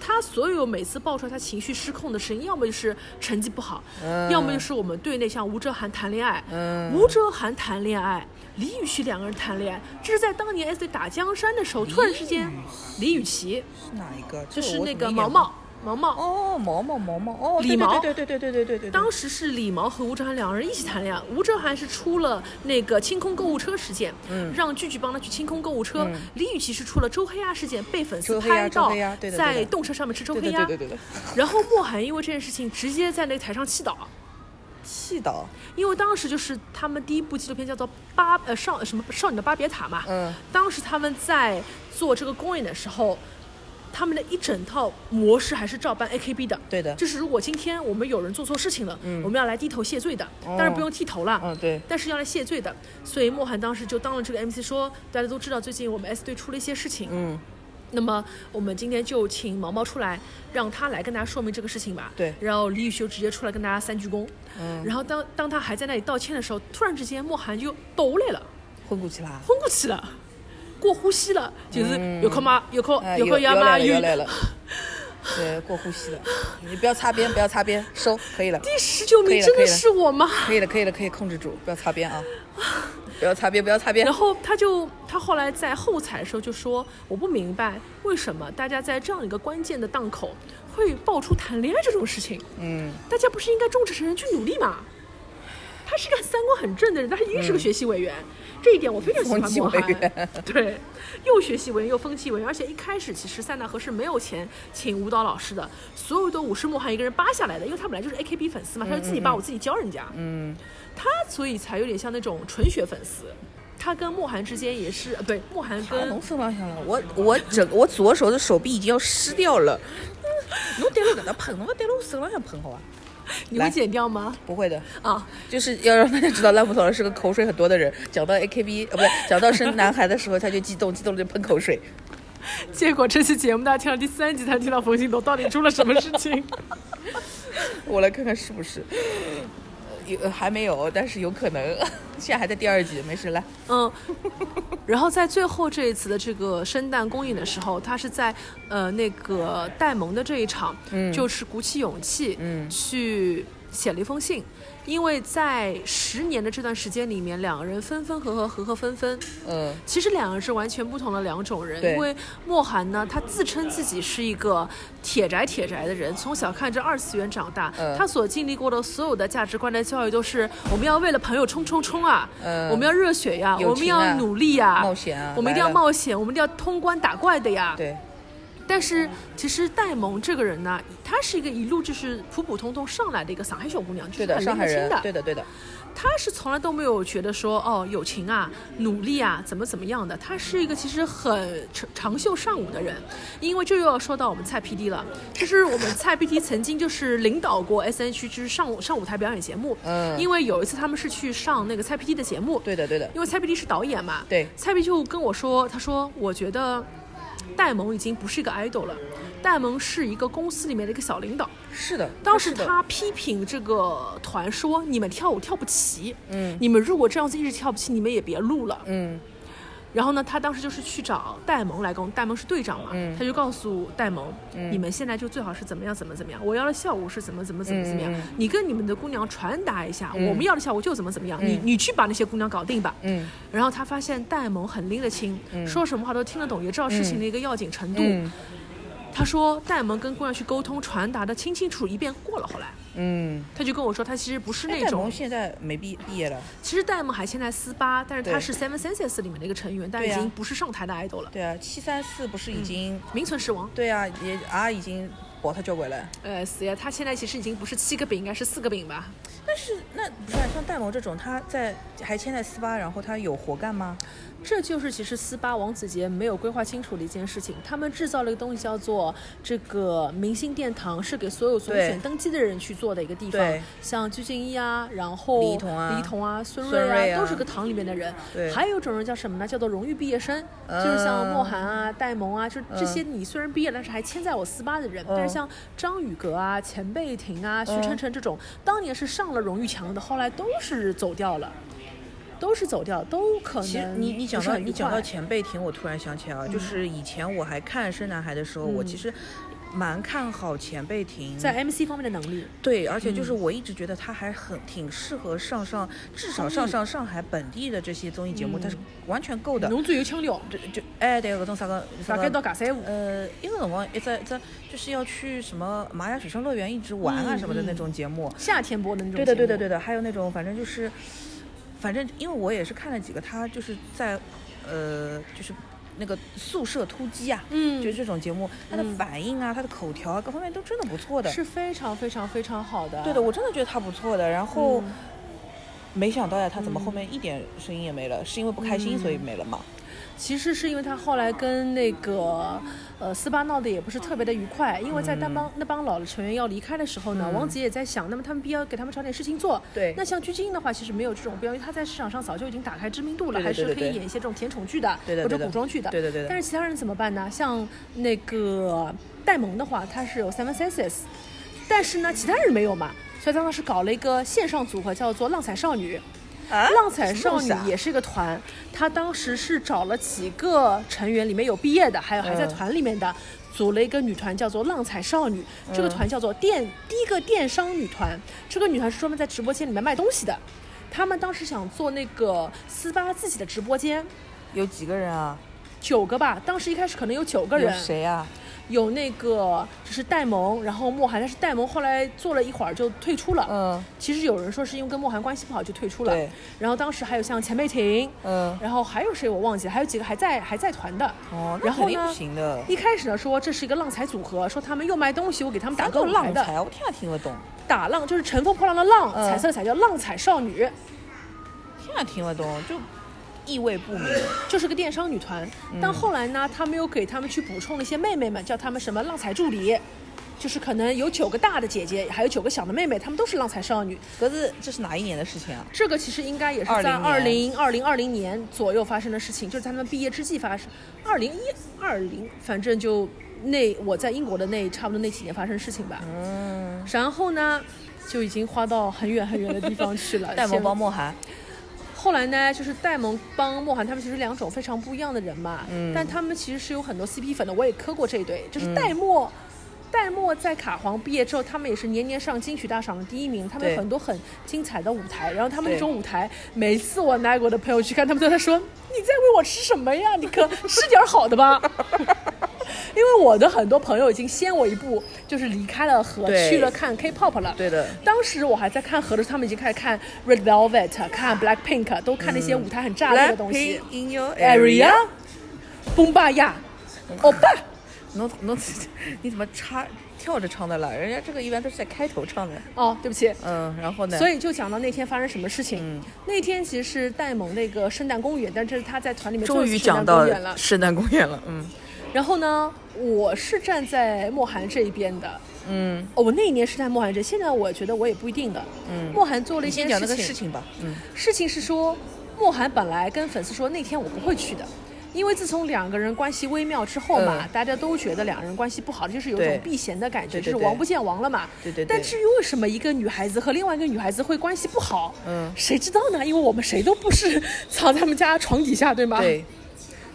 Speaker 4: 他所有每次爆出来他情绪失控的事情，要么就是成绩不好，要么就是我们队内像吴哲涵谈恋爱，
Speaker 3: 嗯
Speaker 4: 吴哲涵谈恋爱，李雨琦两个人谈恋爱，这是在当年 S 队打江山的时候，突然之间，李雨琦
Speaker 3: 是哪一个？这
Speaker 4: 就是
Speaker 3: 哦我
Speaker 4: 那
Speaker 3: 怎
Speaker 4: 个
Speaker 3: 么一
Speaker 4: 毛
Speaker 3: 点
Speaker 4: 毛毛毛，
Speaker 3: 哦，毛毛毛毛哦，
Speaker 4: 李
Speaker 3: 对对
Speaker 4: 毛
Speaker 3: 对对对对对对对对，
Speaker 4: 当时是李毛和吴哲涵两个人一起谈恋爱，吴哲涵是出了那个清空购物车事件，
Speaker 3: 嗯
Speaker 4: 让句句帮他去清空购物车。李雨琦是出了周黑鸭事件，被粉丝
Speaker 3: 周黑鸭
Speaker 4: 拍到
Speaker 3: 周黑鸭对的对的
Speaker 4: 在动车上面吃周
Speaker 3: 对
Speaker 4: 黑
Speaker 3: 对
Speaker 4: 鸭
Speaker 3: 对，对对对，
Speaker 4: 然后莫寒因为这件事情直接在那个台上气倒。
Speaker 3: 气到，
Speaker 4: 因为当时就是他们第一部纪录片叫做《巴呃少什么少女的巴别塔》嘛，
Speaker 3: 嗯，
Speaker 4: 当时他们在做这个公演的时候，他们的一整套模式还是照搬 AKB 的，
Speaker 3: 对的
Speaker 4: 就是如果今天我们有人做错事情了，我们要来低头谢罪的，当然不用剃头啦，
Speaker 3: 哦嗯对，
Speaker 4: 但是要来谢罪的，所以莫寒当时就当了这个 MC 说，大家都知道最近我们 S 队出了一些事情，
Speaker 3: 嗯，
Speaker 4: 那么我们今天就请毛毛出来，让他来跟大家说明这个事情吧。
Speaker 3: 对
Speaker 4: 然后李宇修直接出来跟大家三鞠躬。嗯。然后当当他还在那里道歉的时候，突然之间莫寒就抖来了，
Speaker 3: 昏过去啦，
Speaker 4: 昏过去了，过呼吸了，就是有空吗？有空
Speaker 3: 哎，
Speaker 4: 有空
Speaker 3: 又
Speaker 4: 要吗？
Speaker 3: 来了
Speaker 4: 有
Speaker 3: 又。来了，对，过呼吸了，你不要擦边，不要擦边，收，可以了，
Speaker 4: 第十九
Speaker 3: 可以
Speaker 4: 名
Speaker 3: 了
Speaker 4: 真
Speaker 3: 可
Speaker 4: 的
Speaker 3: 以了
Speaker 4: 是我吗？
Speaker 3: 可以了，可以了，可以控制住，不要擦边啊，不要擦边，不要擦边
Speaker 4: 然，后他就他后来在后采的时候就说，我不明白为什么大家在这样一个关键的档口会爆出谈恋爱这种事情。
Speaker 3: 嗯，
Speaker 4: 大家不是应该众志成城去努力吗？他是个三观很正的人，他一定是个学习委员，这一点我非常喜欢
Speaker 3: 风纪
Speaker 4: 莫
Speaker 3: 委员
Speaker 4: 涵。对，又学习委员又风气委员，而且一开始其实塞纳河是没有钱请舞蹈老师的，所有的舞是莫涵一个人扒下来的，因为他本来就是 AKB 粉丝嘛，他就自己扒，我自己教人家。
Speaker 3: 嗯，
Speaker 4: 他所以才有点像那种纯血粉丝。他跟莫涵之间也是，呃对，莫涵
Speaker 3: 啊，
Speaker 4: 跟
Speaker 3: 侬受浪向了，我我整我左手的手臂已经要湿掉了，侬对了搿搭喷，侬勿对了我手浪向喷好伐？
Speaker 4: 你会剪掉吗？
Speaker 3: 不会的，
Speaker 4: 啊，
Speaker 3: 就是要让大家知道烂木头老师是个口水很多的人。讲到 AKB 呃，不对，讲到生男孩的时候，他就激动，激动了就喷口水。
Speaker 4: 结果这期节目大家听到第三集才听到冯鑫彤到底出了什么事情。
Speaker 3: 我来看看是不是，呃有还没有，但是有可能， 现在还在第二集，没事来。
Speaker 4: 嗯，然后在最后这一次的这个圣诞公演的时候，他是在呃那个戴蒙的这一场，就是鼓起勇气，
Speaker 3: 嗯
Speaker 4: 去写了一封信，因为在十年的这段时间里面，两个人分分合合，合合分分，
Speaker 3: 嗯，
Speaker 4: 其实两个人是完全不同的两种人，
Speaker 3: 对
Speaker 4: 因为莫寒呢，他自称自己是一个铁宅铁宅的人，从小看着二次元长大，
Speaker 3: 嗯
Speaker 4: 他所经历过的所有的价值观的教育都是我们要为了朋友冲冲冲啊，
Speaker 3: 嗯
Speaker 4: 我们要热血呀、
Speaker 3: 友
Speaker 4: 我们
Speaker 3: 情啊
Speaker 4: 要努力呀、
Speaker 3: 冒险啊
Speaker 4: 我们一定要
Speaker 3: 来了
Speaker 4: 冒险，我们一定要通关打怪的呀。
Speaker 3: 对，
Speaker 4: 但是其实戴萌这个人呢，她是一个一路就是普普通通上来的一个上海小姑娘，就
Speaker 3: 对
Speaker 4: 是
Speaker 3: 的，
Speaker 4: 很
Speaker 3: 上海
Speaker 4: 年轻
Speaker 3: 人
Speaker 4: 的，，
Speaker 3: 对的，对的，
Speaker 4: 他是从来都没有觉得说哦友情啊、努力啊怎么怎么样的，他是一个其实很长长袖善舞的人。因为这又要说到我们蔡 PD 了，就是我们蔡 PD 曾经就是领导过 SNH 就是上舞上舞台表演节目，
Speaker 3: 嗯
Speaker 4: 因为有一次他们是去上那个蔡 PD 的节目，
Speaker 3: 对的，对的，
Speaker 4: 因为蔡 PD 是导演嘛，
Speaker 3: 对
Speaker 4: 蔡 PD 就跟我说，他说我觉得戴萌已经不是一个 idol 了，戴萌是一个公司里面的一个小领导。
Speaker 3: 是的。
Speaker 4: 当时
Speaker 3: 是的
Speaker 4: 他批评这个团说：“你们跳舞跳不齐，
Speaker 3: 嗯，
Speaker 4: 你们如果这样子一直跳不齐，你们也别录了。
Speaker 3: 嗯，
Speaker 4: 然后呢，他当时就是去找戴蒙来跟，戴蒙是队长嘛，
Speaker 3: 嗯
Speaker 4: 他就告诉戴蒙，你们现在就最好是怎么样怎么怎么样，我要的效果是怎么怎么怎么怎么样，
Speaker 3: 嗯
Speaker 4: 你跟你们的姑娘传达一下，我们要的效果就怎么怎么样，你你去把那些姑娘搞定吧。
Speaker 3: 嗯，
Speaker 4: 然后他发现戴蒙很拎得清，说什么话都听得懂，也知道事情的一个要紧程度。
Speaker 3: 嗯
Speaker 4: 他说戴蒙跟姑娘去沟通传达的清清楚楚一遍过了，后来。
Speaker 3: 嗯，
Speaker 4: 他就跟我说，他其实不是
Speaker 3: 哎
Speaker 4: 那
Speaker 3: 戴
Speaker 4: 种
Speaker 3: 萌，现在没毕毕业了，
Speaker 4: 其实戴蒙还现在斯巴，但是他
Speaker 3: 对
Speaker 4: 是 Seven Senses 里面的一个成员，但
Speaker 3: 对
Speaker 4: 已
Speaker 3: 呀
Speaker 4: 经不是上台的 idol 了，
Speaker 3: 对啊，七三四不是已经、
Speaker 4: 名存实亡。
Speaker 3: 对啊，也啊已经保他交关了。
Speaker 4: 呃，是呀，他现在其实已经不是七个饼，应该是四个饼吧？
Speaker 3: 但是那不是啊像戴萌这种，他在还签在斯巴，然后他有活干吗？
Speaker 4: 这就是其实斯巴王子杰没有规划清楚的一件事情。他们制造了一个东西叫做这个明星殿堂，是给所有总选
Speaker 3: 对
Speaker 4: 登记的人去做的一个地方
Speaker 3: 对。
Speaker 4: 像鞠婧祎啊，然后
Speaker 3: 李彤啊
Speaker 4: 李彤啊、孙
Speaker 3: 孙
Speaker 4: 啊，
Speaker 3: 瑞啊
Speaker 4: 都是个堂里面的人。
Speaker 3: 对
Speaker 4: 还有一种人叫什么呢？叫做荣誉毕业生，
Speaker 3: 嗯
Speaker 4: 就是像莫涵啊、戴萌啊，就是这
Speaker 3: 嗯
Speaker 4: 些你虽然毕业，但是还签在我斯巴的人。
Speaker 3: 嗯
Speaker 4: 但是像张雨格啊、钱贝婷啊、徐
Speaker 3: 嗯
Speaker 4: 晨晨这种，当年是上了荣誉强的，后来都是走掉了，都是走掉，都可
Speaker 3: 其实
Speaker 4: 能
Speaker 3: 你你
Speaker 4: 呃不
Speaker 3: 讲
Speaker 4: 是
Speaker 3: 到
Speaker 4: 很愉
Speaker 3: 你讲
Speaker 4: 快嗯
Speaker 3: 到前辈亭，我突然想起来啊，就是以前我还看《生男孩》的时候，我其实蛮看好前辈亭。
Speaker 4: 在嗯 MC 方面的能力，
Speaker 3: 对，而且就是我一直觉得他还很挺适合上上，至少
Speaker 4: 哦
Speaker 3: 上上上海本地的这些综艺节目，他是
Speaker 4: 嗯
Speaker 3: 完全够的。
Speaker 4: 侬最有腔调，
Speaker 3: 就就哎，对，搿种啥个啥
Speaker 4: 大
Speaker 3: 个
Speaker 4: 概到尬三五。
Speaker 3: 呃，一个辰光一只一只就是要去什么玛雅水上乐园一直玩啊
Speaker 4: 嗯
Speaker 3: 什么的那种节目。
Speaker 4: 夏天播的那种
Speaker 3: 对的，
Speaker 4: 节
Speaker 3: 对
Speaker 4: 目
Speaker 3: 的，对的，还有那种反正就是，反正因为我也是看了几个，他就是在，呃，就是那个宿舍突击啊，
Speaker 4: 嗯
Speaker 3: 就是这种节目，他的反应啊，他的口条啊，各方面都真的不错的。
Speaker 4: 是非常非常非常好的。嗯
Speaker 3: 对的，我真的觉得他不错的。然后。没想到呀，他怎么后面一点声音也没了？是因为不开心所
Speaker 4: 嗯
Speaker 3: 以没了嘛？
Speaker 4: 其实是因为他后来跟那个呃斯巴闹得也不是特别的愉快，因为在
Speaker 3: 嗯
Speaker 4: 那帮、那帮老的成员要离开的时候呢，王子也在想，那么他们必要给他们找点事情做。
Speaker 3: 对
Speaker 4: 那像鞠婧祎的话，其实没有这种标，因为她在市场上早就已经打开知名度了，
Speaker 3: 对的对的
Speaker 4: 还是可
Speaker 3: 对
Speaker 4: 以演一些这种甜宠剧的
Speaker 3: 对的
Speaker 4: 或者
Speaker 3: 对的
Speaker 4: 古装剧的。
Speaker 3: 对的对的
Speaker 4: 但是其他人怎么办呢？像那个戴蒙的话，他是有 Seven Senses，但是呢，其他人没有嘛。所以他当时搞了一个线上组合，叫做“浪彩少女”。
Speaker 3: 啊
Speaker 4: 浪彩少女
Speaker 3: 什么东西啊
Speaker 4: 也是一个团，她当时是找了几个成员，里面有毕业的，还有还
Speaker 3: 嗯
Speaker 4: 在团里面的，组了一个女团，叫做浪彩少女。
Speaker 3: 嗯
Speaker 4: 这个团叫做电第一个电商女团，这个女团是专门在直播间里面卖东西的。他们当时想做那个斯巴自己的直播间，
Speaker 3: 有几个人啊？
Speaker 4: 九个吧，当时一开始可能有九个
Speaker 3: 有
Speaker 4: 人，
Speaker 3: 谁啊？
Speaker 4: 有那个就是戴萌，然后莫涵，但是戴萌后来做了一会儿就退出了。
Speaker 3: 嗯
Speaker 4: 其实有人说是因为跟莫涵关系不好就退出了
Speaker 3: 对，
Speaker 4: 然后当时还有像钱贝婷，
Speaker 3: 嗯，
Speaker 4: 然后还有谁我忘记了，还有几个还在还在团的。
Speaker 3: 哦，那
Speaker 4: 然后
Speaker 3: 肯定不
Speaker 4: 呢？
Speaker 3: 行的。
Speaker 4: 一开始呢说这是一个浪才组合，说他们又卖东西，我给他们打
Speaker 3: 啥
Speaker 4: 够
Speaker 3: 叫
Speaker 4: 牌
Speaker 3: 浪
Speaker 4: 的，
Speaker 3: 才啊？我听也听不懂，
Speaker 4: 打浪就是乘风破浪的浪，
Speaker 3: 嗯
Speaker 4: 彩色的彩叫浪彩少女，
Speaker 3: 听也啊听不懂，就意味不明。嗯
Speaker 4: 就是个电商女团。但后来呢，他们又给他们去补充了一些妹妹们，叫他们什么浪彩助理，就是可能有九个大的姐姐，还有九个小的妹妹，她们都是浪彩少女。
Speaker 3: 可是这是哪一年的事情啊？
Speaker 4: 这个其实应该也是在二
Speaker 3: 20
Speaker 4: 零
Speaker 3: 年
Speaker 4: 二零二零年左右发生的事情，就是在他们毕业之际发生。二零一二零，反正就那我在英国的那差不多那几年发生的事情吧。嗯。然后呢，就已经花到很远很远的地方去 了。
Speaker 3: 戴蒙
Speaker 4: 先
Speaker 3: 帮莫涵，
Speaker 4: 后来呢，就是戴蒙帮莫涵他们其实两种非常不一样的人嘛，
Speaker 3: 嗯
Speaker 4: 但他们其实是有很多 CP 粉的，我也磕过这一对，就是戴墨。
Speaker 3: 嗯
Speaker 4: 戴墨在卡皇毕业之后，他们也是年年上金曲大赏的第一名，他们有
Speaker 3: 对
Speaker 4: 很多很精彩的舞台。然后他们那
Speaker 3: 对
Speaker 4: 种舞台，每次我拿我的朋友去看，他们都在说：“你在喂我吃什么呀？你可吃点好 的吧。”因为我的很多朋友已经先我一步，就是离开了和
Speaker 3: 对
Speaker 4: 去了看 K-pop 了。
Speaker 3: 对的
Speaker 4: 当时我还在看和的时候，他们已经开始看 Red Velvet、看 Black Pink，都看那些舞台很炸裂的东西。
Speaker 3: in your
Speaker 4: Area，崩巴亚，欧巴，
Speaker 3: 侬侬你怎么插跳着唱的了？人家这个一般都是在开头唱的。
Speaker 4: 哦，对不起。
Speaker 3: 嗯，然后呢？
Speaker 4: 所
Speaker 3: 以
Speaker 4: 以就讲到那天发生什么事情。那天其实是戴蒙那个圣诞公园，但这是他在团里面
Speaker 3: 终
Speaker 4: 最后
Speaker 3: 于
Speaker 4: 一次圣
Speaker 3: 讲
Speaker 4: 诞
Speaker 3: 到
Speaker 4: 公园了。
Speaker 3: 圣诞公园了。嗯，
Speaker 4: 然后呢，我是站在莫涵这一边的。嗯，哦，我那一年是在莫涵这，现在我觉得我也不一定的。嗯，莫涵做了一
Speaker 3: 你
Speaker 4: 些
Speaker 3: 先讲那个事情吧。嗯，
Speaker 4: 事情是说，莫涵本来跟粉丝说那天我不会去的，因为自从两个人关系微妙之后嘛，
Speaker 3: 嗯
Speaker 4: 大家都觉得两人关系不好，就是有一种
Speaker 3: 对
Speaker 4: 避嫌的感
Speaker 3: 对
Speaker 4: 觉，
Speaker 3: 对
Speaker 4: 就是王不见王了嘛。
Speaker 3: 对对对
Speaker 4: 但至于为什么一个女孩子和另外一个女孩子会关系不好，
Speaker 3: 嗯
Speaker 4: 谁知道呢？因为我们谁都不是 藏他们家床底下，对吗？
Speaker 3: 对，，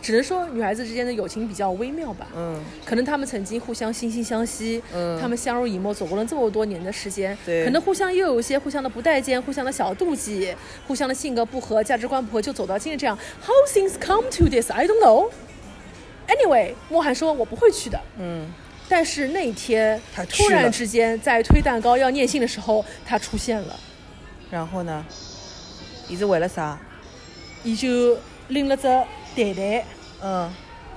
Speaker 4: 只能说女孩子之间的友情比较微妙吧。
Speaker 3: 嗯，
Speaker 4: 可能他们曾经互相惺惺相惜，
Speaker 3: 嗯
Speaker 4: 他们相濡以沫，走过了这么多年的时间，
Speaker 3: 对
Speaker 4: 可能互相又有一些互相的不待见，互相的小妒忌，互相的性格不合、价值观不合，就走到今天这样。How things come to this, I don't know. Anyway，莫涵说我不会去的，
Speaker 3: 嗯，
Speaker 4: 但是那一天
Speaker 3: 他去
Speaker 4: 突然
Speaker 3: 了
Speaker 4: 之间在推蛋糕要念信的时候，他出现了，
Speaker 3: 然后呢？伊是为了啥？
Speaker 4: 伊就拎了只袋袋，
Speaker 3: 嗯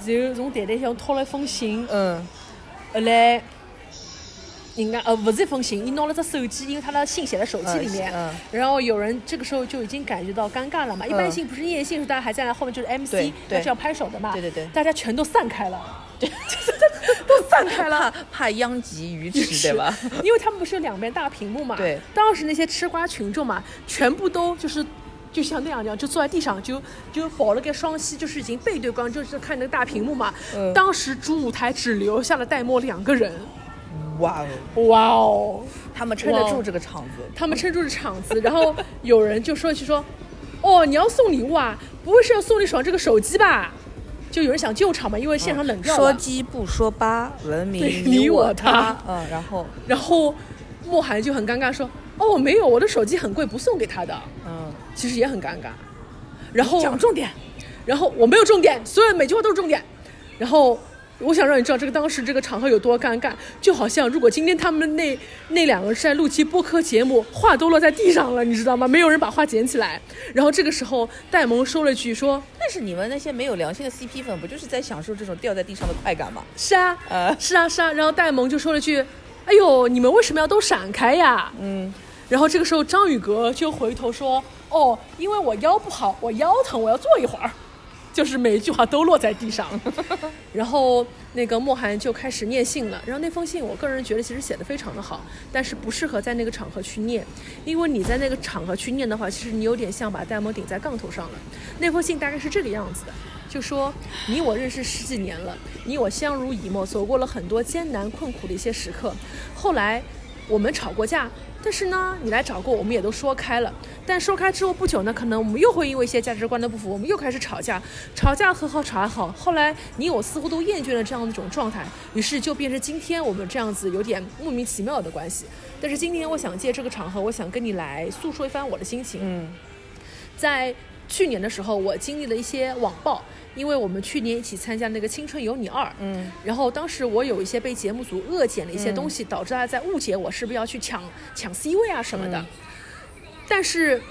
Speaker 4: 然后从袋袋向掏了一封信，
Speaker 3: 嗯，
Speaker 4: 后来，人家呃不是一封信，伊拿了只手机，因为他的信写在手机里面。
Speaker 3: 嗯
Speaker 4: 然后有人这个时候就已经感觉到尴尬了嘛。一般性不是念信，是大家还在后面就是 MC，
Speaker 3: 对
Speaker 4: 他
Speaker 3: 对
Speaker 4: 是要拍手的嘛。
Speaker 3: 对对对
Speaker 4: 大家全都散开了， 都散开了。
Speaker 3: 怕怕殃及鱼
Speaker 4: 是
Speaker 3: 池，对吧？？
Speaker 4: 因为他们不是有两边大屏幕嘛？
Speaker 3: 对。
Speaker 4: 当时那些吃瓜群众嘛，全部都就是。就像那样一样，就坐在地上，就就抱了个双膝，就是已经背对光，就是看那个大屏幕嘛。
Speaker 3: 嗯
Speaker 4: 当时主舞台只留下了戴墨两个人，
Speaker 6: 哇 哦，
Speaker 4: 哇哦！
Speaker 6: 他们撑得
Speaker 4: 哇哦
Speaker 6: 住这个场子，
Speaker 4: 他们撑住了场子，然后有人就说一句说，哦，你要送礼物啊？不会是要送李爽这个手机吧？就有人想救场嘛，因为现场冷掉
Speaker 6: 说
Speaker 4: 了。
Speaker 6: 鸡不说八，文明
Speaker 4: 对
Speaker 6: 你
Speaker 4: 你我
Speaker 6: 他
Speaker 4: 他。
Speaker 6: 嗯，然后
Speaker 4: 然后莫寒就很尴尬说，哦，没有，我的手机很贵，不送给他的。
Speaker 6: 嗯，
Speaker 4: 其实也很尴尬。然后
Speaker 6: 讲重点，
Speaker 4: 然后我没有重点，所有每句话都是重点。然后我想让你知道这个当时这个场合有多尴尬，就好像如果今天他们那那两个是在录期播客节目，话都落在地上了，你知道吗？没有人把话捡起来。然后这个时候戴萌说了一句说
Speaker 6: 但是你们那些没有良心的 CP 粉，不就是在享受这种掉在地上的快感吗？：“
Speaker 4: 是啊，
Speaker 6: 呃，
Speaker 4: 是啊，是啊。”然后戴萌就说了一句：“哎呦，你们为什么要都闪开呀？”
Speaker 6: 嗯，
Speaker 4: 然后这个时候张宇格就回头说：“哦，因为我腰不好，我腰疼，我要坐一会儿。”就是每一句话都落在地上。然后那个莫寒就开始念信了。然后那封信，我个人觉得其实写的非常的好，但是不适合在那个场合去念，因为你在那个场合去念的话，其实你有点像把戴蒙顶在杠头上了。那封信大概是这个样子的。就说你我认识十几年了，你我相濡以沫，走过了很多艰难困苦的一些时刻。后来我们吵过架，但是呢，你来找过，我们也都说开了。但说开之后不久呢，可能我们又会因为一些价值观的不符，我们又开始吵架，吵架和好，吵还好。后来你我似乎都厌倦了这样的一种状态，于是就变成今天我们这样子有点莫名其妙的关系。但是今天我想借这个场合，我想跟你来诉说一番我的心情。
Speaker 6: 嗯，
Speaker 4: 在去年的时候，我经历了一些网暴，因为我们去年一起参加那个《青春有你二》，
Speaker 6: 嗯，
Speaker 4: 然后当时我有一些被节目组恶剪了一些东西，导致大家在误解我是不是要去抢抢 C 位啊什么的。但是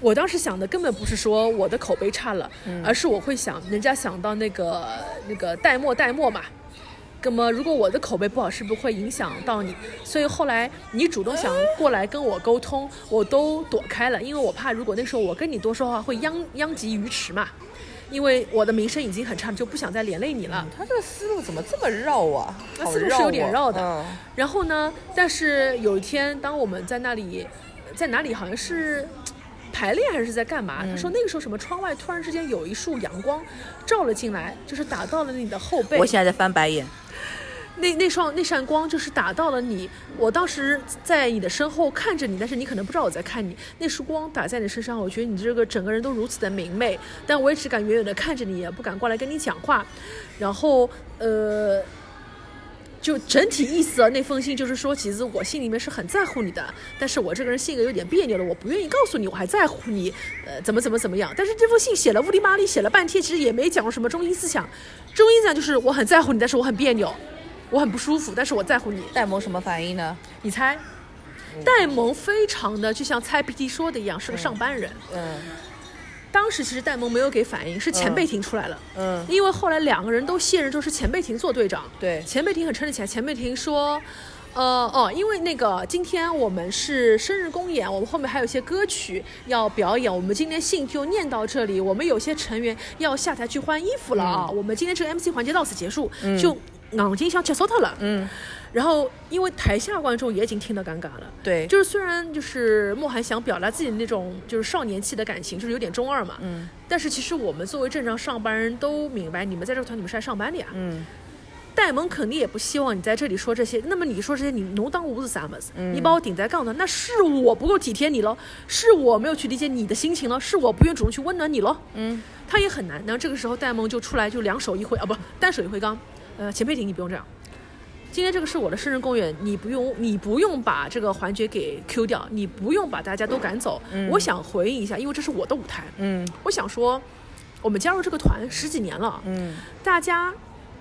Speaker 4: 我当时想的根本不是说我的口碑差了，而是我会想人家想到那个那个代沫代沫嘛。那么，如果我的口碑不好，是不是会影响到你？所以后来你主动想过来跟我沟通，我都躲开了，因为我怕如果那时候我跟你多说话，会殃殃及鱼池嘛。因为我的名声已经很差，就不想再连累你了。
Speaker 6: 他这个思路怎么这么绕啊？
Speaker 4: 那
Speaker 6: 好
Speaker 4: 思路是
Speaker 6: 啊
Speaker 4: 有点绕的
Speaker 6: 嗯
Speaker 4: 然后呢，但是有一天，当我们在那里，在哪里好像是排练还是在干嘛？他说那个时候什么窗外突然之间有一束阳光照了进来，就是打到了你的后背。
Speaker 6: 我现在在翻白眼，
Speaker 4: 那那双那扇光就是打到了你，我当时在你的身后看着你，但是你可能不知道我在看你。那束光打在你身上，我觉得你这个整个人都如此的明媚，但我也只敢远远的看着你，也不敢过来跟你讲话。然后呃，就整体意思啊，那封信就是说，其实我心里面是很在乎你的，但是我这个人性格有点别扭的，我不愿意告诉你我还在乎你，呃，怎么怎么怎么样。但是这封信写了乌里麻里，写了半天，其实也没讲什么中心思想，中心思想就是我很在乎你，但是我很别扭。我很不舒服，但是我在乎你。
Speaker 6: 戴萌什么反应呢？
Speaker 4: 你猜，戴萌非常的就像猜 PT 说的一样，是个上班人。
Speaker 6: 嗯
Speaker 4: 当时其实戴萌没有给反应，是前辈婷出来了。
Speaker 6: 嗯，
Speaker 4: 因为后来两个人都卸任之后是前辈婷做队长，
Speaker 6: 对
Speaker 4: 前辈婷很撑得起来。前辈婷说，呃哦，因为那个今天我们是生日公演，我们后面还有一些歌曲要表演，我们今天信就念到这里，我们有些成员要下台去换衣服了啊，我们今天这个 MC 环节到此结束，就硬劲想结束掉了，嗯。然后，因为台下观众也已经听得尴尬了，
Speaker 6: 对，
Speaker 4: 就是虽然就是莫寒想表达自己的那种就是少年气的感情，就是有点中二嘛，嗯，但是其实我们作为正常上班人都明白，你们在这个团体里面是来上班的呀，
Speaker 6: 嗯，
Speaker 4: 戴蒙肯定也不希望你在这里说这些，那么你说这些，你侬当我是啥么子？你把我顶在杠上，那是我不够体贴你喽，是我没有去理解你的心情了，是我不愿主动去温暖你喽，嗯，他也很难。然后这个时候戴蒙就出来，就两手一挥啊，不，单手一挥杠，呃，钱佩婷你不用这样。今天这个是我的生日公演，你不用，你不用把这个环节给 Q 掉，你不用把大家都赶走。我想回应一下，因为这是我的舞台。
Speaker 6: 嗯
Speaker 4: 我想说，我们加入这个团十几年了，
Speaker 6: 嗯
Speaker 4: 大家，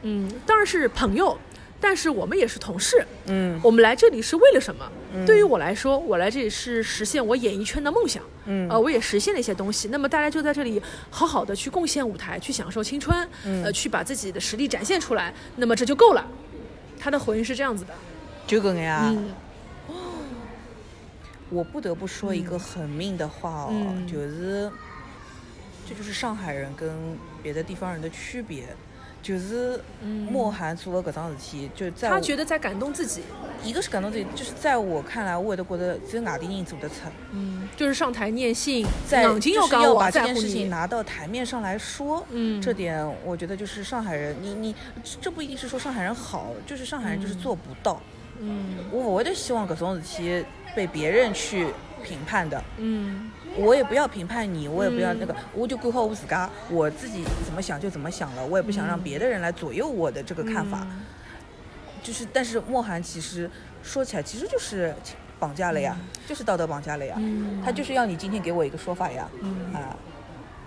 Speaker 4: 嗯，当然是朋友，但是我们也是同事。
Speaker 6: 嗯
Speaker 4: 我们来这里是为了什么？对于我来说，我来这里是实现我演艺圈的梦想。
Speaker 6: 嗯
Speaker 4: 呃，我也实现了一些东西。那么大家就在这里好好的去贡献舞台，去享受青春，呃，去把自己的实力展现出来，那么这就够了。他的回应是这样子的，
Speaker 6: 就搿眼啊。
Speaker 4: 嗯，
Speaker 6: 我不得不说一个狠命的话哦，
Speaker 4: 嗯
Speaker 6: 就是这就是上海人跟别的地方人的区别。
Speaker 3: 就是莫寒做的搿桩事体，就在
Speaker 4: 嗯他
Speaker 3: 我
Speaker 4: 觉得在感动自己，
Speaker 3: 一个是感动自己，就是在我看来，我会得觉得只有外地人做得出，
Speaker 4: 就是上台念信，
Speaker 3: 在
Speaker 4: 硬劲
Speaker 3: 就
Speaker 4: 要
Speaker 3: 是
Speaker 4: 讲
Speaker 3: 要
Speaker 4: 我
Speaker 3: 把这
Speaker 4: 在
Speaker 3: 件
Speaker 4: 乎
Speaker 3: 事情
Speaker 4: 你。
Speaker 3: 拿到台面上来说。
Speaker 4: 嗯
Speaker 3: 这点我觉得就是上海人，你你这这不一定是说上海人好，就是上海人就是做不到。
Speaker 4: 嗯
Speaker 3: 我不会得希望搿种事体被别人去评判的。
Speaker 4: 嗯
Speaker 3: 我也不要评判你，我也不要那个，我就管好我自家，我自己怎么想就怎么想了，我也不想让别的人来左右我的这个看法。就是，但是莫寒其实说起来，其实就是绑架了呀，就是道德绑架了呀，他就是要你今天给我一个说法呀，啊，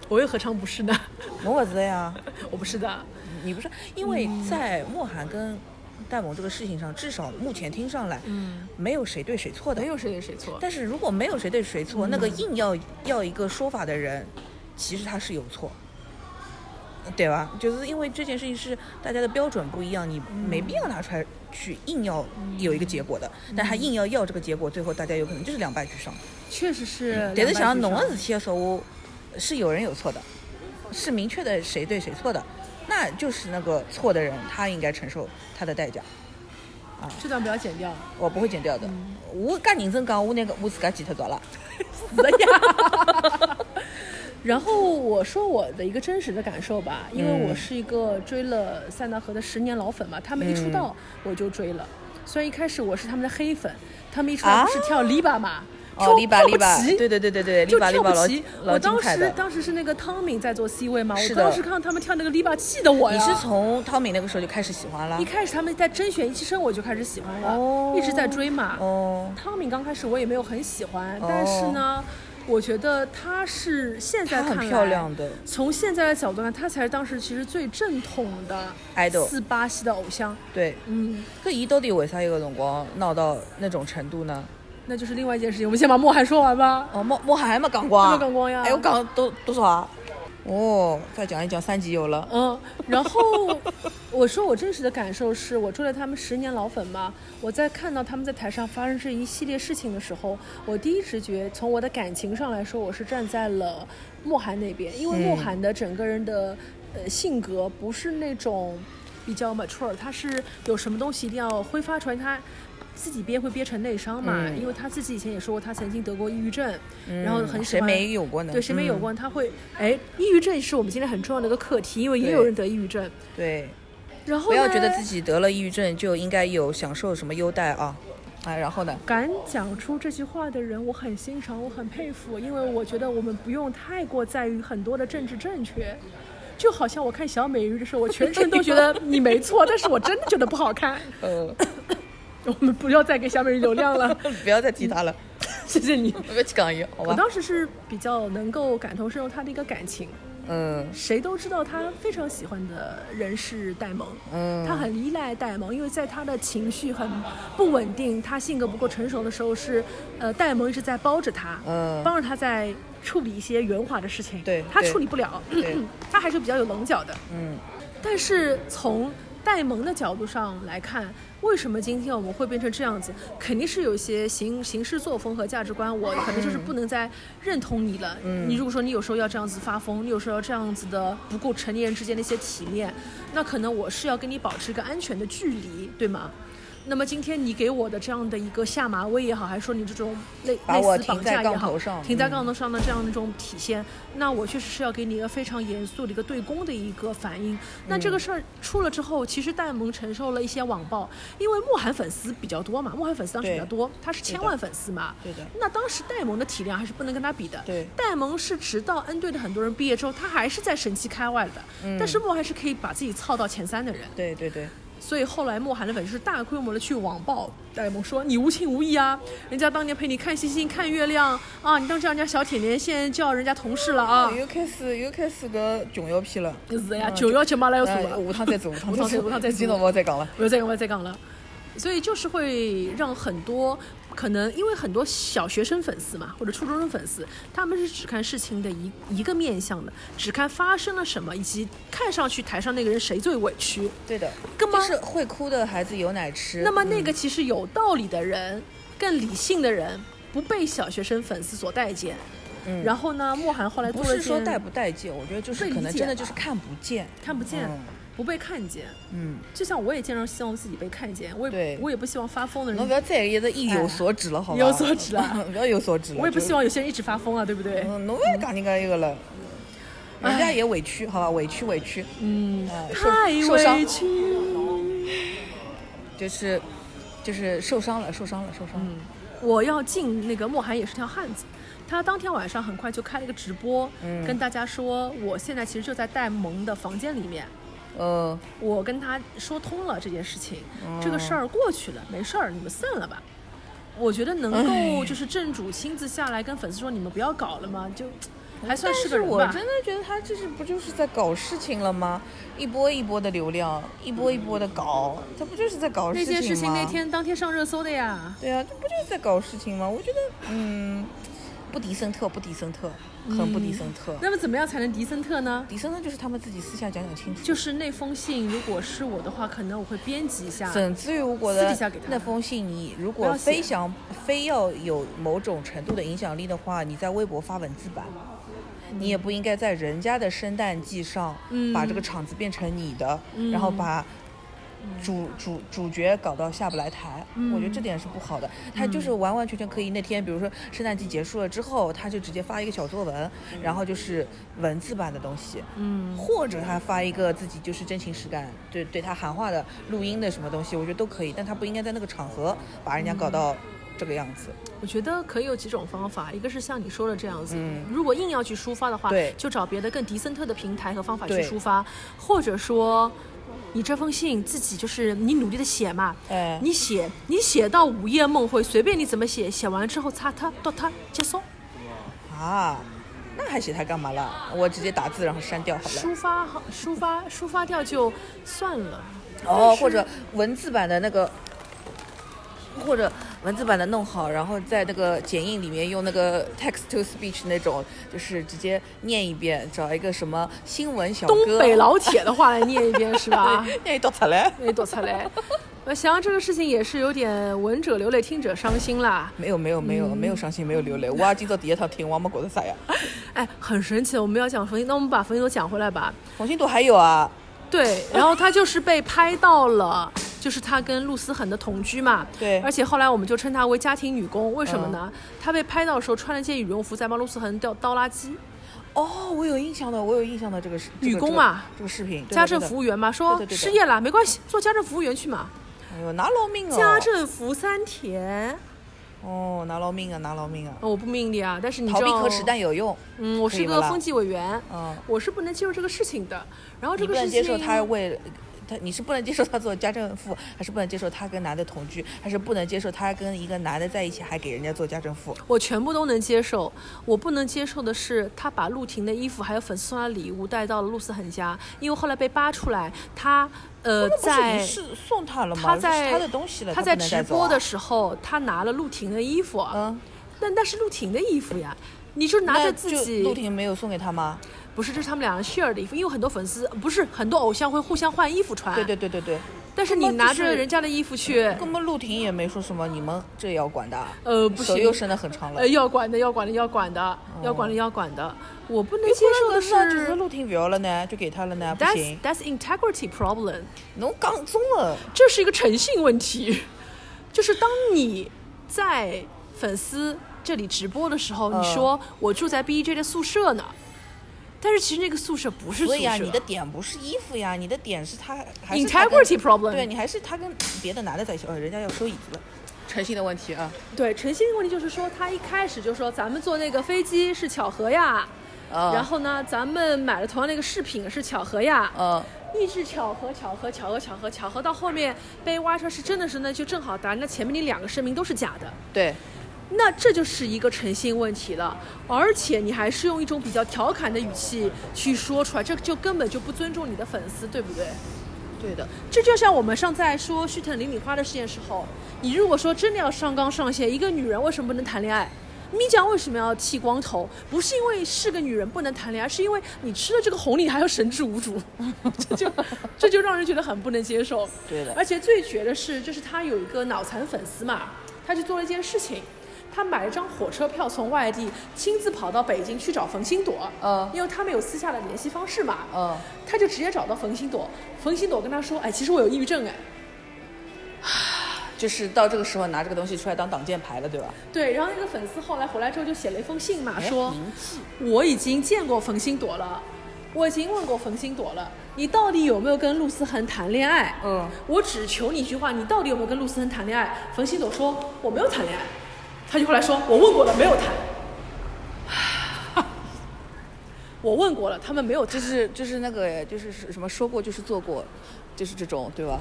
Speaker 4: 我又何尝不是呢？
Speaker 3: 侬勿是的呀，
Speaker 4: 我不是的，
Speaker 3: 你不是，因为在莫寒跟戴萌这个事情上，至少目前听上来，
Speaker 4: 嗯，
Speaker 3: 没有谁对谁错的
Speaker 4: 没，有谁对谁错。
Speaker 3: 但是如果没有谁对谁错，那个硬要要一个说法的人，其实他是有错，对吧？就是因为这件事情是大家的标准不一样，你没必要拿出来去硬要有一个结果的，但他硬要要这个结果，最后大家有可能就是嗯两败俱伤。
Speaker 7: 确实
Speaker 4: 嗯
Speaker 7: 是两败俱伤。
Speaker 3: 但是像侬的事体的时候，是有人有错的，是明确的谁对谁错的，那就是那个错的人他应该承受他的代价。
Speaker 7: 这段不要剪掉。
Speaker 3: 我不会剪掉的。我噶认真讲，我那个我自家剪脱着了。
Speaker 4: 然后我说我的一个真实的感受吧，因为我是一个追了塞纳河的十年老粉嘛，他们一出道我就追了。虽然一开始我是他们的黑粉，他们一出来不是跳篱笆嘛，
Speaker 3: 啊哦，
Speaker 4: 跳
Speaker 3: 篱笆
Speaker 4: 跳
Speaker 3: 篱
Speaker 4: 不
Speaker 3: 笆，
Speaker 4: 齐
Speaker 3: 对对对对对，篱
Speaker 4: 就
Speaker 3: 笆篱
Speaker 4: 跳
Speaker 3: 笆
Speaker 4: 不
Speaker 3: 老
Speaker 4: 齐。
Speaker 3: 老
Speaker 4: 我
Speaker 3: 精
Speaker 4: 当
Speaker 3: 彩
Speaker 4: 时
Speaker 3: 的。
Speaker 4: 当时是那个汤米在做 C 位嘛，
Speaker 3: 是
Speaker 4: 我
Speaker 3: 的
Speaker 4: 当时看到他们跳那个篱笆，气得我呀。
Speaker 3: 你是从汤米那个时候就开始喜欢了
Speaker 4: 一？开始他们在甄选一期生，我就开始喜欢了，
Speaker 3: 哦
Speaker 4: 一直在追嘛。
Speaker 3: 哦，
Speaker 4: 汤米刚开始我也没有很喜欢，
Speaker 3: 哦
Speaker 4: 但是呢，我觉得她是现在
Speaker 3: 她
Speaker 4: 看来
Speaker 3: 很漂亮的，
Speaker 4: 从现在的角度看，她才是当时其实最正统的
Speaker 3: Idol
Speaker 4: 四巴西的偶像。
Speaker 3: 对。
Speaker 4: 嗯，
Speaker 3: 搿伊到底为啥有个辰光闹到那种程度呢？
Speaker 4: 那就是另外一件事情，我们先把莫涵说完吧。
Speaker 3: 哦，莫莫涵还没讲光啊？
Speaker 4: 还没讲光呀
Speaker 3: 哎，我讲多多少啊？哦，再讲一讲三集有了。
Speaker 4: 嗯，然后我说我真实的感受是，我追了他们十年老粉嘛，我在看到他们在台上发生这一系列事情的时候，我第一直觉从我的感情上来说，我是站在了莫涵那边，因为莫涵的整个人的呃性格不是那种比较 mature，他是有什么东西一定要挥发出来，他。自己憋会憋成内伤嘛，
Speaker 3: 嗯
Speaker 4: 因为他自己以前也说过，他曾经得过抑郁症，
Speaker 3: 嗯
Speaker 4: 然后很喜
Speaker 3: 谁
Speaker 4: 欢
Speaker 3: 没有过呢？
Speaker 4: 对，谁没有过
Speaker 3: 嗯？
Speaker 4: 呢？他会，哎，抑郁症是我们今天很重要的一个课题，因为也
Speaker 3: 对
Speaker 4: 有人得抑郁症。
Speaker 3: 对，
Speaker 4: 然后
Speaker 3: 不要
Speaker 4: 呢
Speaker 3: 觉得自己得了抑郁症就应该有享受什么优待啊！哎，然后呢？
Speaker 4: 敢讲出这句话的人，我很欣赏，我很佩服，因为我觉得我们不用太过在于很多的政治正确。就好像我看小美人鱼的时候，我全程都觉得你没错，但是我真的觉得不好看。
Speaker 3: 呃，
Speaker 4: 我们不要再给小美人鱼流量了，
Speaker 3: 不要再提他了，
Speaker 4: 谢谢你。
Speaker 3: 不要去讲伊，好
Speaker 4: 我
Speaker 3: 吧？
Speaker 4: 当时是比较能够感同身受她的一个感情，
Speaker 3: 嗯
Speaker 4: 谁都知道她非常喜欢的人是戴蒙，
Speaker 3: 嗯，
Speaker 4: 他很依赖戴蒙，因为在他的情绪很不稳定，他性格不够成熟的时候是，呃，戴蒙一直在包着他，
Speaker 3: 嗯
Speaker 4: 帮着他在处理一些圆滑的事情，
Speaker 3: 对
Speaker 4: 他
Speaker 3: 对
Speaker 4: 处理不了，
Speaker 3: 对，
Speaker 4: 他还是比较有棱角的。
Speaker 3: 嗯
Speaker 4: 但是从戴蒙的角度上来看，为什么今天我们会变成这样子？肯定是有一些行行事作风和价值观，我可能就是不能再认同你了。
Speaker 3: 嗯
Speaker 4: 你如果说你有时候要这样子发疯，你有时候要这样子的不够成年人之间的一些体面，那可能我是要跟你保持一个安全的距离，对吗？那么今天你给我的这样的一个下马威也好，还是说你这种类
Speaker 3: 把我
Speaker 4: 类似绑
Speaker 3: 停在
Speaker 4: 架也
Speaker 3: 杠
Speaker 4: 好
Speaker 3: 头，上
Speaker 4: 停在
Speaker 3: 嗯
Speaker 4: 杠头上的这样的一种体现，那我确实是要给你一个非常严肃的一个对攻的一个反应。那
Speaker 3: 嗯
Speaker 4: 这个事儿出了之后，其实戴蒙承受了一些网暴，因为莫寒粉丝比较多嘛，莫寒粉丝当时比较
Speaker 3: 对
Speaker 4: 多，他是千
Speaker 3: 的
Speaker 4: 万粉丝嘛，
Speaker 3: 对的
Speaker 4: 那当时戴蒙的体量还是不能跟他比的。
Speaker 3: 对
Speaker 4: 戴蒙是直到恩队的很多人毕业之后，他还是在神七开外的，
Speaker 3: 嗯
Speaker 4: 但是莫寒是可以把自己操到前三的人。
Speaker 3: 对对对，
Speaker 4: 所以后来莫寒的粉丝大规模的去网暴戴蒙，说你无情无义啊！人家当年陪你看星星、看月亮啊，你当这样人家小甜甜，现在叫人家同事了啊！
Speaker 3: 又开始又开始搿穷要骗了。
Speaker 4: 是呀，九幺七马来要
Speaker 3: 哎
Speaker 4: 数了，
Speaker 3: 下趟再 做，下
Speaker 4: 下趟
Speaker 3: 趟
Speaker 4: 再做
Speaker 3: 做，
Speaker 4: 下趟再做
Speaker 3: 今朝勿好再讲了。
Speaker 4: 不要再讲，不要再讲了。所以就是会让很多可能因为很多小学生粉丝嘛，或者初中生粉丝，他们是只看事情的一一个面向的，只看发生了什么，以及看上去台上那个人谁最委屈。
Speaker 3: 对的，
Speaker 4: 干嘛
Speaker 3: 就是会哭的孩子有奶吃。嗯
Speaker 4: 那么那个其实有道理的人，更理性的人，不被小学生粉丝所待见。
Speaker 3: 嗯
Speaker 4: 然后呢，莫寒后来做
Speaker 3: 不
Speaker 4: 了一
Speaker 3: 是说
Speaker 4: 件
Speaker 3: 带不带劲，我觉得就是
Speaker 4: 被理
Speaker 3: 可能
Speaker 4: 解
Speaker 3: 真的
Speaker 4: 吧
Speaker 3: 就是看不见。
Speaker 4: 看不见，
Speaker 3: 嗯
Speaker 4: 不被看见。
Speaker 3: 嗯，
Speaker 4: 就像我也经常希望自己被看见，我也
Speaker 3: 对
Speaker 4: 我也不希望发疯的
Speaker 3: 侬不要
Speaker 4: 人，
Speaker 3: 再一直意有所指了，好吧？
Speaker 4: 哎有所指了
Speaker 3: 不要有所指了。
Speaker 4: 我也不
Speaker 3: 就
Speaker 4: 希望有些人一直发疯啊，对不对？
Speaker 3: 嗯，侬不要讲人家一个了，人家也委屈，好吧，委屈委屈，嗯，受
Speaker 4: 哎太
Speaker 3: 受伤
Speaker 4: 委屈。
Speaker 3: 就是就是受伤了，受伤了，受伤
Speaker 4: 嗯
Speaker 3: 了，
Speaker 4: 我要进那个莫寒也是条汉子，他当天晚上很快就开了一个直播，
Speaker 3: 嗯
Speaker 4: 跟大家说我现在其实就在戴萌的房间里面，
Speaker 3: 呃，
Speaker 4: 我跟他说通了这件事情，这个事儿过去了，没事儿，你们散了吧。我觉得能够就是正主亲自下来跟粉丝说你们不要搞了嘛，就还
Speaker 3: 但
Speaker 4: 算哎是
Speaker 3: 是
Speaker 4: 个人
Speaker 3: 我
Speaker 4: 吧
Speaker 3: 真。的觉得他这是不就是在搞事情了吗？一波一波的流量，一波一波的搞，他不就是在搞事
Speaker 4: 那
Speaker 3: 情吗？
Speaker 4: 件事情那天当天上热搜的呀，
Speaker 3: 对啊，这不就是在搞事情吗？我觉得，嗯，不迪森特，不迪森特，很不迪森特。
Speaker 4: 嗯那么怎么样才能迪森特呢？
Speaker 3: 迪森特就是他们自己私下讲讲清楚。
Speaker 4: 就是那封信，如果是我的话，可能我会编辑一下。
Speaker 3: 甚至于，我觉
Speaker 4: 私底下
Speaker 3: 得
Speaker 4: 给他
Speaker 3: 那封信，你如
Speaker 4: 不
Speaker 3: 果
Speaker 4: 要写
Speaker 3: 非想非要有某种程度的影响力的话，你在微博发文字版，你也不应该在人家的生诞祭上
Speaker 4: 嗯
Speaker 3: 把这个场子变成你的，然后把
Speaker 4: 嗯
Speaker 3: 主主主角搞到下不来台。我觉得这点是不好的。他
Speaker 4: 嗯
Speaker 3: 就是完完全全可以那天，比如说圣诞季结束了之后，他就直接发一个小作文，
Speaker 4: 嗯
Speaker 3: 然后就是文字版的东西，嗯，或者他发一个自己就是真情实感对对他喊话的录音的什么东西，我觉得都可以。但他不应该在那个场合把人家搞到这个样子。
Speaker 4: 我觉得可以有几种方法，一个是像你说的这样子，如果硬要去抒发的话，
Speaker 3: 嗯对
Speaker 4: 就找别的更迪森特的平台和方法去
Speaker 3: 对
Speaker 4: 抒发，或者说。你这封信自己就是你努力的写嘛，
Speaker 3: 哎
Speaker 4: 你写你写到午夜梦回，随便你怎么写，写完之后擦它到它结束，
Speaker 3: 啊，那还写他干嘛了？我直接打字然后删掉好了。
Speaker 4: 抒发好抒发抒发掉就算了，
Speaker 3: 哦，或者文字版的那个，或者文字版的弄好，然后在那个剪映里面用那个 text to speech 那种，就是直接念一遍，找一个什么新闻小
Speaker 4: 东
Speaker 3: 哥，
Speaker 4: 北老铁的话来念一遍是吧？哎
Speaker 3: 念一道出来，
Speaker 4: 那多出来，我想这个事情也是有点闻者流泪，听者伤心啦。
Speaker 3: 没有没有没有没有伤心，没有流泪。我也今朝第一趟听，我也没觉得啥呀。
Speaker 4: 哎，很神奇，我们要讲冯鑫，那我们把冯鑫都讲回来吧。
Speaker 3: 红星朵还有啊，
Speaker 4: 对，然后他就是被拍到了，就是他跟陆思恒的同居嘛。
Speaker 3: 对嗯
Speaker 4: 而且后来我们就称她为家庭女工，为什么呢？她被拍到的时候穿了件羽绒服，在帮陆思恒倒倒垃圾。
Speaker 3: 哦，我有印象的，我有印象的这个视这个
Speaker 4: 女工嘛
Speaker 3: 这个这个视频，对的
Speaker 4: 家政服
Speaker 3: 对
Speaker 4: 务员嘛，说
Speaker 3: 对的对的
Speaker 4: 失业了没关系，做家政服务员去嘛。
Speaker 3: 的哎呦拿劳命哦，
Speaker 4: 家政服三田，
Speaker 3: 哦拿劳命啊拿劳命啊，
Speaker 4: 哦我不命令啊，但是你
Speaker 3: 逃
Speaker 4: 知
Speaker 3: 避
Speaker 4: 道
Speaker 3: 可耻但有用，
Speaker 4: 嗯，我
Speaker 3: 可
Speaker 4: 是
Speaker 3: 以
Speaker 4: 个
Speaker 3: 了啦
Speaker 4: 风纪委员，
Speaker 3: 嗯。
Speaker 4: 我是不能接受这个事情的。然后这
Speaker 3: 你不
Speaker 4: 个
Speaker 3: 能
Speaker 4: 事情
Speaker 3: 接受他为他，你是不能接受他做家政妇，还是不能接受他跟男的同居，还是不能接受他跟一个男的在一起还给人家做家政妇？
Speaker 4: 我全部都能接受，我不能接受的是他把陆婷的衣服还有粉丝送她的礼物带到了陆思恒家，因为后来被扒出来，他
Speaker 3: 那
Speaker 4: 呃
Speaker 3: 不是
Speaker 4: 在
Speaker 3: 你是送他了吗？
Speaker 4: 他
Speaker 3: 是
Speaker 4: 在
Speaker 3: 他的东西了，
Speaker 4: 他
Speaker 3: 他
Speaker 4: 在
Speaker 3: 不能
Speaker 4: 直
Speaker 3: 带走
Speaker 4: 播
Speaker 3: 啊
Speaker 4: 的时候，他拿了陆婷的衣服，
Speaker 3: 嗯，
Speaker 4: 但那是陆婷的衣服呀，你就拿
Speaker 3: 那
Speaker 4: 着
Speaker 3: 就
Speaker 4: 自己
Speaker 3: 陆婷没有送给他吗？
Speaker 4: 不是，这是他们两人 share 的衣服，因为很多粉丝不是很多偶像会互相换衣服穿，
Speaker 3: 对对，对对对，
Speaker 4: 但是
Speaker 3: 那么
Speaker 4: 你
Speaker 3: 就
Speaker 4: 拿着
Speaker 3: 是嗯
Speaker 4: 人家的衣服去，
Speaker 3: 根本陆婷也没说什么，你们这也要管的啊？
Speaker 4: 呃不
Speaker 3: 手
Speaker 4: 行
Speaker 3: 又伸得很长了
Speaker 4: 呃。要管的要管的要管的要管的要管的，我不能接受的
Speaker 3: 那就是
Speaker 4: 是
Speaker 3: 陆婷不要了呢，就给他了呢，啊不
Speaker 4: ，that's
Speaker 3: 行，
Speaker 4: that's integrity problem。
Speaker 3: 侬讲中了，
Speaker 4: 这是一个诚信问题， 就是当你在粉丝这里直播的时候，
Speaker 3: 嗯
Speaker 4: 你说我住在 B E J 的宿舍呢，但是其实那个宿舍不是宿
Speaker 3: 所
Speaker 4: 舍。
Speaker 3: 以啊，你的点不是衣服呀，你的点是他还是他跟
Speaker 4: integrity problem
Speaker 3: 对你还是他跟别的男的在一起，哦，人家要收椅子了，诚信的问题啊。
Speaker 4: 对诚信的问题就是说，他一开始就说咱们坐那个飞机是巧合呀，
Speaker 3: 啊
Speaker 4: 然后呢，咱们买了同样的一个饰品是巧合呀，
Speaker 3: 呃，
Speaker 4: 亦是巧合，巧合，巧合，巧合，巧合，到后面被挖出来是真的是呢，就正好答，那前面你两个声明都是假的。
Speaker 3: 对，
Speaker 4: 那这就是一个诚信问题了，而且你还是用一种比较调侃的语气去说出来，这就根本就不尊重你的粉丝，对不对？
Speaker 3: 对的，
Speaker 4: 这就像我们上次在说旭腾林里花的事件时候，你如果说真的要上纲上线，一个女人为什么不能谈恋爱？咪酱为什么要剃光头？不是因为是个女人不能谈恋爱，是因为你吃了这个红梨还要神志无主， 这就这就让人觉得很不能接受。
Speaker 3: 对的
Speaker 4: 而且最绝的是，就是他有一个脑残粉丝嘛，他去做了一件事情，他买了张火车票从外地亲自跑到北京去找冯鑫朵，
Speaker 6: 嗯
Speaker 4: 因为他们有私下的联系方式嘛，
Speaker 6: 嗯，
Speaker 4: 他就直接找到冯鑫朵，冯鑫朵跟他说，哎，其实我有抑郁症，哎，
Speaker 6: 就是到这个时候拿这个东西出来当挡箭牌了，对吧？
Speaker 4: 对，然后那个粉丝后来回来之后就写了一封信嘛，
Speaker 6: 哎
Speaker 4: 啊说
Speaker 6: 您
Speaker 4: 我已经见过冯鑫朵了，我已经问过冯鑫朵了，你到底有没有跟陆思恒谈恋爱？
Speaker 6: 嗯，
Speaker 4: 我只求你一句话，你到底有没有跟陆思恒谈恋爱？冯鑫朵说我没有谈恋爱，他就后来说我问过了，没有谈。 我问过了，他们没有
Speaker 6: 就
Speaker 4: 谈。
Speaker 6: 是就是那个就是什么说过就是做过，就是这种对吧？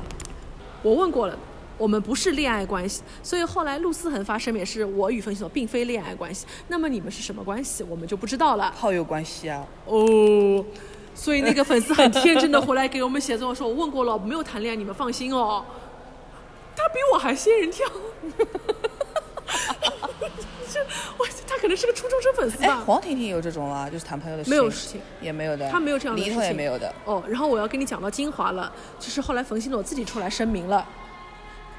Speaker 4: 我问过了，我们不是恋爱关系，所以后来陆思恒发声明是我与冯鑫朵并非恋爱关系。那么你们是什么关系，我们就不知道了。
Speaker 6: 炮友关系啊，
Speaker 4: 哦，所以那个粉丝很天真的回来给我们写作文说：“我问过了，我没有谈恋爱，你们放心哦。”他比我还仙人跳，这我他可能是个初中生粉丝
Speaker 6: 哎，
Speaker 4: 吧。
Speaker 6: 黄婷婷有这种吗？就是谈朋友的事情
Speaker 4: 没有事情
Speaker 6: 也没有的，
Speaker 4: 他没有这样的
Speaker 6: 李
Speaker 4: 事
Speaker 6: 一
Speaker 4: 情，
Speaker 6: 桐也没有的。
Speaker 4: 哦，然后我要跟你讲到精华了，就是后来冯鑫诺自己出来声明了，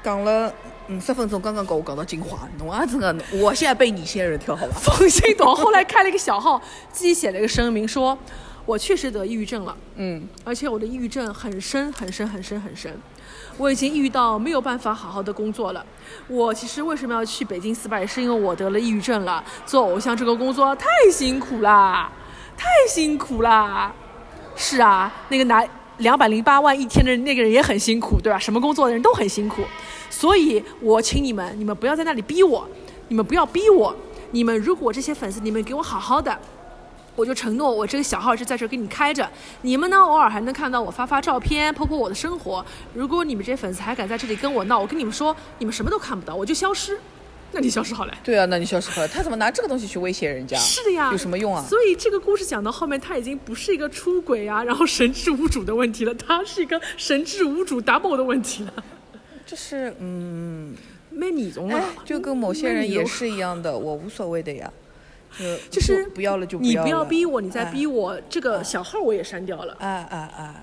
Speaker 3: 讲了五十分钟，刚刚搞我搞到精华，侬啊真的，我现在被你仙人跳好吧？
Speaker 4: 冯鑫诺后来开了一个小号，自己写了一个声明说：“我确实得抑郁症了。”
Speaker 6: 嗯，
Speaker 4: 而且我的抑郁症很深很深很深很深，我已经抑郁到没有办法好好的工作了。我其实为什么要去北京四百，是因为我得了抑郁症了。做偶像这个工作太辛苦啦，太辛苦啦。是啊，那个拿两百零八万一天的那个人也很辛苦，对吧？什么工作的人都很辛苦，所以我请你们，你们不要在那里逼我，你们不要逼我，你们如果这些粉丝，你们给我好好的。我就承诺，我这个小号是在这儿给你开着，你们呢偶尔还能看到我发发照片，剖剖我的生活。如果你们这些粉丝还敢在这里跟我闹，我跟你们说，你们什么都看不到，我就消失。那你消失好了。
Speaker 6: 对啊，那你消失好了，他怎么拿这个东西去威胁人家？
Speaker 4: 是的呀，
Speaker 6: 有什么用啊？
Speaker 4: 所以这个故事讲到后面，他已经不是一个出轨啊，然后神志无主的问题了，他是一个神志无主 double 的问题了。
Speaker 6: 就是嗯，
Speaker 4: 没你中
Speaker 6: 哎
Speaker 4: 了，，
Speaker 6: 就跟某些人也是一样的，我无所谓的呀。就
Speaker 4: 就是
Speaker 6: 不不要了就
Speaker 4: 你
Speaker 6: 要了，
Speaker 4: 不要逼我，你再逼
Speaker 6: 我，
Speaker 4: 我，这个小号我也删掉了。
Speaker 6: 啊啊啊！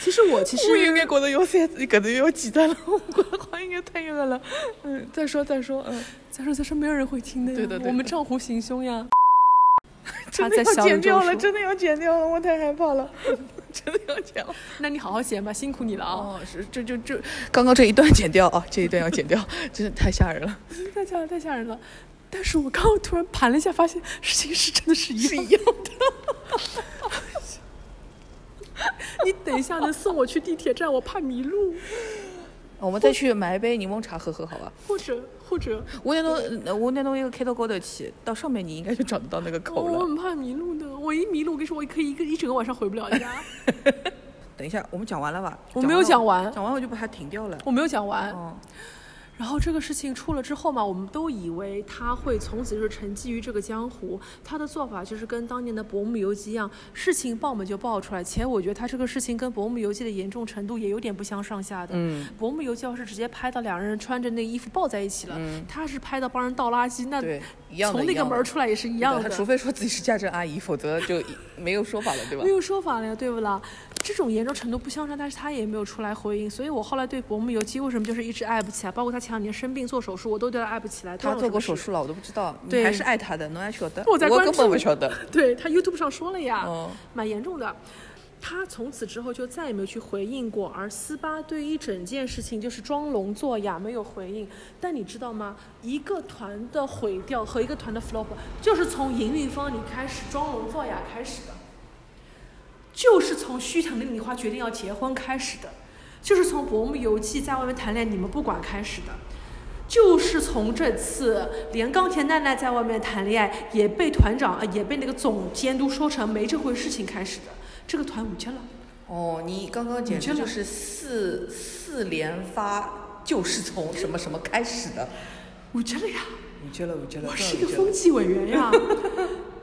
Speaker 4: 其实我其
Speaker 3: 我
Speaker 4: 实
Speaker 3: 应该觉得有三，搿头要记得了，我觉得好应该太那个了。嗯，再说再说，嗯，
Speaker 4: 再说再说，没有人会听的呀。
Speaker 3: 对的对的
Speaker 4: 我们账户行凶 呀。
Speaker 3: 真
Speaker 4: 他
Speaker 3: 的
Speaker 4: 在
Speaker 3: 要
Speaker 4: 小
Speaker 3: 剪
Speaker 4: 宇宙
Speaker 3: 掉了，
Speaker 4: 说
Speaker 3: 真的要剪掉了，我太害 怕了，真的要剪了。：“
Speaker 4: 那你好好剪吧，辛苦你了啊、
Speaker 3: 哦，是，这就就刚刚这一段剪掉
Speaker 6: 哦
Speaker 3: 啊，这一段要剪 掉，真的太吓人了，
Speaker 4: 太吓人，太吓人了。但是我刚刚突然盘了一下，发现事情是真的是一样的。 你等一下能送我去地铁站，我怕迷路，
Speaker 6: 我们再去买一杯柠檬茶喝喝，好吧？
Speaker 4: 或者或者
Speaker 6: 五点钟，五点钟又开到高头去，到上面你应该就找得到那个口
Speaker 4: 哦我
Speaker 6: 了。
Speaker 4: 很怕迷路的。我一迷路，我跟你说，我可以一个一整个晚上回不了 家。
Speaker 6: 等一下，我们讲完了吧？
Speaker 4: 我没有讲
Speaker 6: 完
Speaker 4: 完
Speaker 6: 了我，讲完我就把它停掉了。
Speaker 4: 我没有讲完。
Speaker 6: 哦，
Speaker 4: 然后这个事情出了之后嘛，我们都以为他会从此就是沉寂于这个江湖。他的做法就是跟当年的《伯母游记》一样，事情爆嘛就爆出来。且我觉得他这个事情跟《伯母游记》的严重程度也有点不相上下的。
Speaker 6: 嗯，
Speaker 4: 伯母游记》要是直接拍到两个人穿着那衣服抱在一起了，他是拍到帮人倒垃圾，那
Speaker 6: 嗯对，一样的。
Speaker 4: 从那
Speaker 6: 一
Speaker 4: 个
Speaker 6: 样的
Speaker 4: 门儿出来也是一
Speaker 6: 对
Speaker 4: 样
Speaker 6: 他
Speaker 4: 的。
Speaker 6: 除非说自己是家政阿姨，否则就 一没有说法了，对吧
Speaker 4: 没？有说法了呀，对不啦？这种严重程度不相上，但是他也没有出来回应，所以我后来对伯母游记为什么就是一直爱不起来，包括他前两年生病做手术，我都对他爱不起来。都
Speaker 6: 他
Speaker 4: 让我
Speaker 6: 做过
Speaker 4: 什
Speaker 6: 手
Speaker 4: 么事
Speaker 6: 术了，我都不知道。你
Speaker 4: 对
Speaker 6: 还是爱他的，侬还晓得？
Speaker 4: 我在关
Speaker 6: 根本
Speaker 4: 注
Speaker 6: 不晓得。
Speaker 4: 对他 YouTube 上说了呀，
Speaker 6: 哦
Speaker 4: 蛮严重的。他从此之后就再也没有去回应过，而斯巴对于整件事情就是装聋作哑，没有回应。但你知道吗？一个团的毁掉和一个团的 flop，就是从营运方你开始装聋作哑开始的，就是从虚藤的李花决定要结婚开始的，就是从伯母游记在外面谈恋爱你们不管开始的。就是从这次，连钢铁奈奈在外面谈恋爱也被团长，呃，也被那个总监督说成没这回事情开始的，这个团五千了。
Speaker 6: 哦，你刚刚简直
Speaker 4: 真的
Speaker 6: 就是四四连发，就是从什么什么开始的。
Speaker 4: 五千了呀！
Speaker 6: 你觉了，我觉了，
Speaker 4: 我
Speaker 6: 真
Speaker 4: 是
Speaker 6: 的
Speaker 4: 一个
Speaker 6: 我觉了
Speaker 4: 风纪委员呀。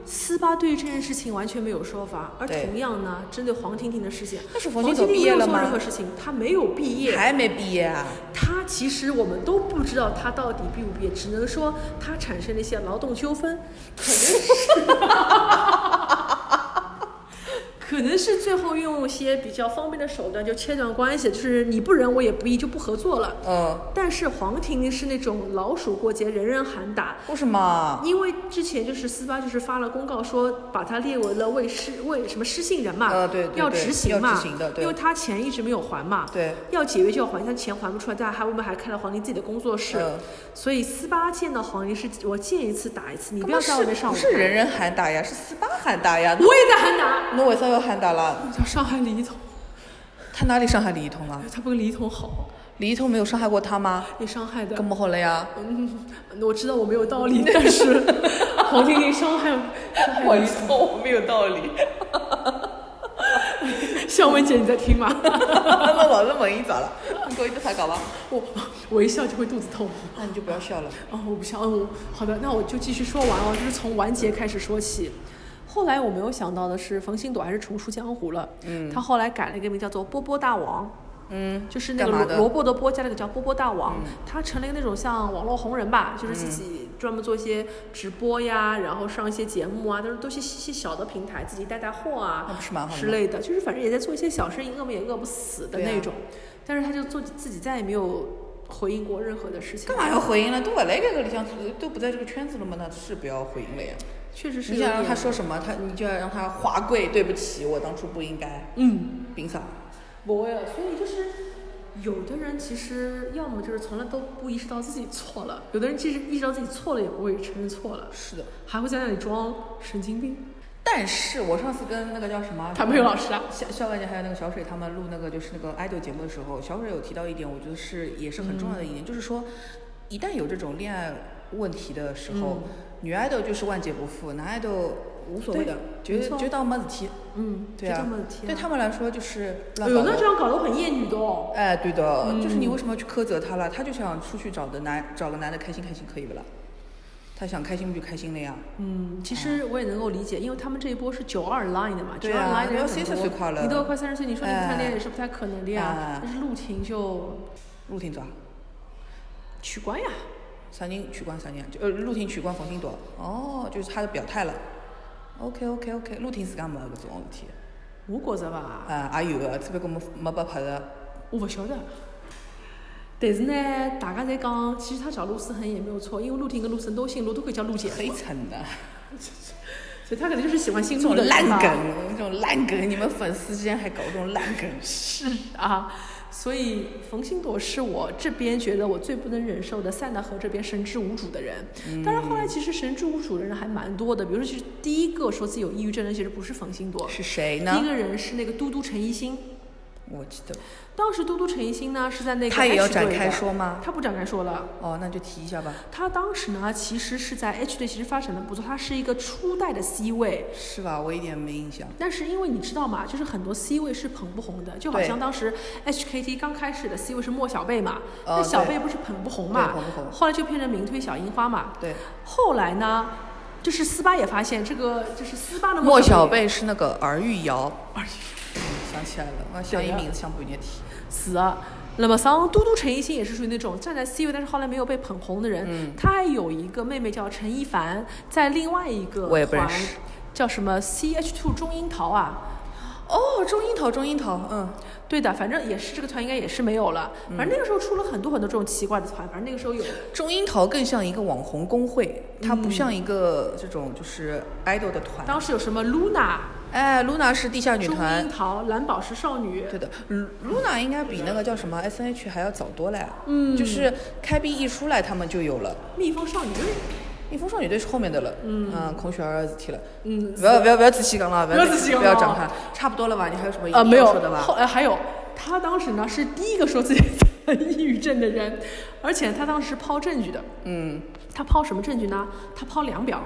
Speaker 4: 斯巴对这件事情完全没有说法，而
Speaker 6: 对
Speaker 4: 同样呢，针对黄婷婷的事情，
Speaker 6: 但是
Speaker 4: 黄
Speaker 6: 黄婷婷
Speaker 4: 婷
Speaker 6: 毕
Speaker 4: 没
Speaker 6: 业
Speaker 4: 有
Speaker 6: 了
Speaker 4: 做
Speaker 6: 吗
Speaker 4: 任何事情，她没有毕业，
Speaker 6: 还没毕业啊？
Speaker 4: 他其实我们都不知道他到底毕不毕业，只能说他产生了一些劳动纠纷，可能是，可可能是最后用一些比较方便的手段就切断关系，就是你不仁我也不义，就不合作了。
Speaker 6: 呃
Speaker 3: 嗯，
Speaker 4: 但是黄婷是那种老鼠过节人人喊打，
Speaker 3: 为什么？
Speaker 4: 因为之前就是斯巴就是发了公告说把他列为了未失未什么失信人嘛，
Speaker 3: 呃对对
Speaker 4: 要
Speaker 3: 对
Speaker 4: 执行
Speaker 3: 要
Speaker 4: 嘛，
Speaker 3: 执行的对
Speaker 4: 因为他钱一直没有还嘛，
Speaker 3: 对
Speaker 4: 要解约就要还，他钱还不出来，但还我们还开了黄玲自己的工作室，
Speaker 3: 嗯
Speaker 4: 所以斯巴见到黄玲是我见一次打一次，你不
Speaker 3: 根
Speaker 4: 要
Speaker 3: 本
Speaker 4: 在外面
Speaker 3: 是
Speaker 4: 上
Speaker 3: 不
Speaker 4: 网，
Speaker 3: 是人人喊打呀，是四八喊打呀。
Speaker 4: 我也在喊打，
Speaker 3: 侬为啥要喊打啦？
Speaker 4: 叫上海李一桐，哎
Speaker 3: 他哪里伤害李一桐了？
Speaker 4: 他不跟李一桐好，
Speaker 3: 李一桐没有伤害过他吗？
Speaker 4: 也伤害的
Speaker 3: 搿。么好了呀，
Speaker 4: 嗯， 我知道我没有道理，但 是黄婷婷伤害伤害
Speaker 3: 我
Speaker 4: 你
Speaker 3: 一说我没有道理，
Speaker 4: 向文姐你在 听吗？
Speaker 3: 那老是问伊咋了？你搞伊啥搞伐？
Speaker 4: 我我一笑就会肚子痛。
Speaker 3: 那你就不要笑了。
Speaker 4: 哦，我不想，嗯，好的，那我就继续说完哦，就是从完结开始说起。后来我没有想到的是，冯鑫朵还是重出江湖了。嗯，他后来改了一个名叫做波波大王。嗯，就是那
Speaker 3: 干
Speaker 4: 个
Speaker 3: 嘛
Speaker 4: 萝
Speaker 3: 的嗯
Speaker 4: 萝卜的波加了个叫波波大王，他成了一个那种像网络红人吧，就是自己专门做一些直播呀，然后上一些节目啊，但是都是一些小的平台，自己带带货啊，
Speaker 3: 那不是蛮好的
Speaker 4: 之类的，就是反正也在做一些小生意，饿么也饿不死的
Speaker 3: 对啊
Speaker 4: 那种。但是他就做自己再也没有回应过任何的事情。
Speaker 3: 干嘛要回应呢？都不来这个里向，都不在这个圈子了嘛，那是不要回应了呀。
Speaker 4: 确实是
Speaker 3: 你
Speaker 4: 有
Speaker 3: 想让
Speaker 4: 点
Speaker 3: 他说什么，他你就要让他华贵，对不起，我当初不应该。
Speaker 4: 嗯，
Speaker 3: 凭啥？
Speaker 4: 不会啊，所以就是有的人其实要么就是从来都不意识到自己错了，有的人即使意识到自己错了也不会承认错了，
Speaker 3: 是的。
Speaker 4: 还会在那里装神经病。
Speaker 3: 但是我上次跟那个叫什么
Speaker 4: 谭佩老师啊
Speaker 3: 肖肖万姐还有那个小水他们录那个就是那个爱豆节目的时候，小水有提到一点，我觉得是也是很重要的一
Speaker 4: 嗯
Speaker 3: 点，就是说，一旦有这种恋爱问题的时
Speaker 4: 嗯
Speaker 3: 候，女爱豆就是万劫不复，男爱豆无所谓的，
Speaker 4: 对
Speaker 3: 觉
Speaker 4: 没
Speaker 3: 得
Speaker 4: 错
Speaker 3: 觉得当没事体，
Speaker 4: 嗯，
Speaker 3: 对
Speaker 4: 就这
Speaker 3: 啊
Speaker 4: 么提、啊，
Speaker 3: 对他们来说就是
Speaker 4: 哎
Speaker 3: 乱
Speaker 4: 呦，
Speaker 3: 搞
Speaker 4: 那
Speaker 3: 的。
Speaker 4: 这样搞得我很厌女的哦。
Speaker 3: 哎，对的，就是你为什么要去苛责他了？他就想出去找个男找个男的开心开心，可以不啦？他想开心不就开心了哎呀？
Speaker 4: 嗯，其实我也能够理解，因为他们这一波是九二 line 的嘛，九
Speaker 3: 对
Speaker 4: 二、
Speaker 3: 啊
Speaker 4: line 的
Speaker 3: 你
Speaker 4: 人
Speaker 3: 要
Speaker 4: 很
Speaker 3: 30
Speaker 4: 多
Speaker 3: 岁跨了
Speaker 4: 你都要快三十岁，你说你不谈恋爱也是不太可能的呀。
Speaker 3: 哎
Speaker 4: 但是陆婷就
Speaker 3: 陆婷咋？
Speaker 4: 取关呀，
Speaker 3: 啥人取关啥人啊？就呃，陆婷取关冯鑫朵。哦，就是他的表态了。OK OK OK，陆婷自家没搿种事体，
Speaker 4: 我觉着吧，
Speaker 3: 啊，也有个，呃只不过没没被拍的。
Speaker 4: 我不晓得。但是呢，大家在讲，其实他找陆思恒也没有错，因为陆婷跟陆思恒都姓陆，都可以叫陆姐夫，
Speaker 3: 黑层 的，
Speaker 4: 所以他可能就是喜欢姓
Speaker 3: 这
Speaker 4: 陆
Speaker 3: 种
Speaker 4: 的
Speaker 3: 烂
Speaker 4: 是吧
Speaker 3: 梗，这种烂梗，你们粉丝之间还搞这种烂梗，
Speaker 4: 是啊。所以冯鑫朵是我这边觉得我最不能忍受的塞纳河这边神之无主的人。当然后来其实神之无主的人还蛮多的，比如说其实第一个说自己有抑郁症的其实不是冯鑫朵，
Speaker 3: 是谁
Speaker 4: 第一
Speaker 3: 呢？
Speaker 4: 个人是那个嘟嘟陈一新。
Speaker 3: 我记得。
Speaker 4: 当时嘟嘟陈一新呢是在那个
Speaker 3: 他也要
Speaker 4: H 队
Speaker 3: 展开
Speaker 4: 的
Speaker 3: 说吗
Speaker 4: 他不展开说了。
Speaker 3: 哦，那就提一下吧。
Speaker 4: 他当时呢，其实是在 H 队，其实发展的不错，他是一个初代的 C 位。
Speaker 3: 是吧？我一点没印象。
Speaker 4: 但是因为你知道嘛，就是很多 C 位是捧不红的，就好
Speaker 3: 对
Speaker 4: 像当时 HKT 刚开始的 C 位是莫小贝嘛，
Speaker 3: 哦
Speaker 4: 那小
Speaker 3: 对
Speaker 4: 贝不是捧不红嘛，
Speaker 3: 对捧不红
Speaker 4: 后来就变成名推小樱花嘛。
Speaker 3: 对，
Speaker 4: 后来呢，就是斯巴也发现这个，就是斯巴的
Speaker 3: 莫
Speaker 4: 小
Speaker 3: 小贝是那个儿玉瑶。儿玉，想起来了，我想
Speaker 4: 对
Speaker 3: 伊
Speaker 4: 呀
Speaker 3: 名字想半天提。
Speaker 4: 死了。那么桑嘟嘟陈奕迅也是属于那种站在 C 位，但是后来没有被捧红的人。
Speaker 3: 嗯
Speaker 4: 他还有一个妹妹叫陈一凡，在另外一个
Speaker 3: 我也不认
Speaker 4: 团
Speaker 3: 识
Speaker 4: 叫什么 CH Two 中樱桃啊，
Speaker 3: 哦，中樱桃，中樱桃，嗯，
Speaker 4: 对的，反正也是这个团应该也是没有了。反正那个时候出了很多很多这种奇怪的团，反正那个时候有。
Speaker 3: 中樱桃更像一个网红工会，它不像一个这种就是 idol 的团。
Speaker 4: 当时有什么 Luna、
Speaker 3: 哎，Luna 是地下女
Speaker 4: 中
Speaker 3: 团
Speaker 4: 樱，桃、蓝宝石少女，
Speaker 3: 对的，Lu-，Luna 应该比那个叫什么 S N H 还要早多嘞。嗯，就是开闭一出来，他们就有了。
Speaker 4: 蜜蜂少女队，
Speaker 3: 蜜蜂少女队是后面的了，嗯，孔雪儿的事体了，
Speaker 4: 嗯
Speaker 3: 不要不要不要仔细讲啊了，不
Speaker 4: 不要仔细讲
Speaker 3: 不要
Speaker 4: 了
Speaker 3: 展开，差不多了吧？你还有什么
Speaker 4: 啊，
Speaker 3: 要
Speaker 4: 没有
Speaker 3: 说的吧？
Speaker 4: 后呃还有，他当时呢是第一个说自己得抑郁症的人， 而且他当时抛证据的。
Speaker 3: 嗯，
Speaker 4: 他抛什么证据呢？他抛量表。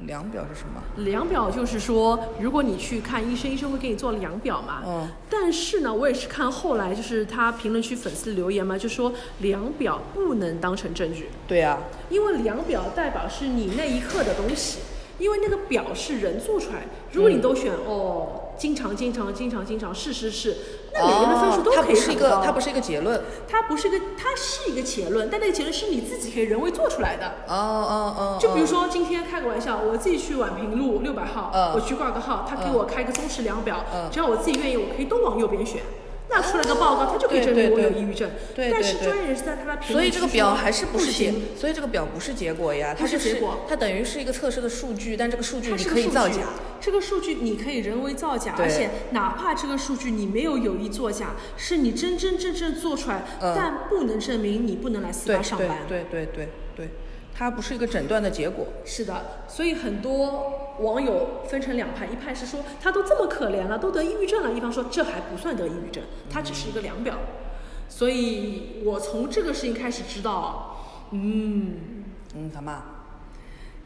Speaker 3: 量表是什么？
Speaker 4: 量表就是说，如果你去看医生，医生会给你做量表嘛。
Speaker 3: 嗯。
Speaker 4: 但是呢，我也是看后来就是他评论区粉丝留言嘛，就说量表不能当成证据，
Speaker 3: 对呀、
Speaker 4: 因为量表代表是你那一刻的东西，因为那个表是人做出来。如果你都选、哦，经常经常经常经常是是是，
Speaker 3: 啊
Speaker 4: 那每个人的分数都
Speaker 6: 它
Speaker 4: 可以
Speaker 6: 不是
Speaker 4: 很
Speaker 6: 一个
Speaker 4: 高，
Speaker 6: 哦它不是一个结论。
Speaker 4: 它不是一个，它是一个结论，但那个结论是你自己可以人为做出来的。
Speaker 3: 啊
Speaker 6: 哦哦哦，
Speaker 4: 就比如说今天开个玩笑，我自己去宛平路六百号，
Speaker 6: 嗯
Speaker 4: 我去挂个号，他给我开个松弛量表，
Speaker 6: 嗯
Speaker 4: 只要我自己愿意，我可以都往右边选。那出来个报告，他就可以证
Speaker 6: 对
Speaker 4: 明
Speaker 6: 对
Speaker 4: 我有
Speaker 6: 对
Speaker 4: 抑郁症。
Speaker 6: 对对
Speaker 4: 但是
Speaker 6: 对
Speaker 4: 专业人士在他的评论
Speaker 6: 所以这个
Speaker 4: 区
Speaker 6: 表
Speaker 4: 说
Speaker 6: 还是不
Speaker 4: 不
Speaker 6: 是结
Speaker 4: 行，
Speaker 6: 所以这个表不是结果呀，它
Speaker 4: 不是
Speaker 6: 就
Speaker 4: 结果
Speaker 6: 它等于是一个测试的数据，但这个数据
Speaker 4: 它
Speaker 6: 你
Speaker 4: 是个
Speaker 6: 可以
Speaker 4: 数
Speaker 6: 造
Speaker 4: 据
Speaker 6: 假。
Speaker 4: 这个数据你可以人为造假，
Speaker 6: 对
Speaker 4: 而且哪怕这个数据你没有有意作假，是你真真正正做出来，
Speaker 6: 嗯
Speaker 4: 但不能证明你不能来四
Speaker 6: 对
Speaker 4: 八上
Speaker 6: 对
Speaker 4: 班。
Speaker 6: 对对对对，它不是一个诊断的结果。
Speaker 4: 是的，所以很多网友分成两派，一派是说他都这么可怜了，都得抑郁症了；一方说这还不算得抑郁症，它只是一个量表。所以我从这个事情开始知道，嗯，
Speaker 6: 嗯，干嘛？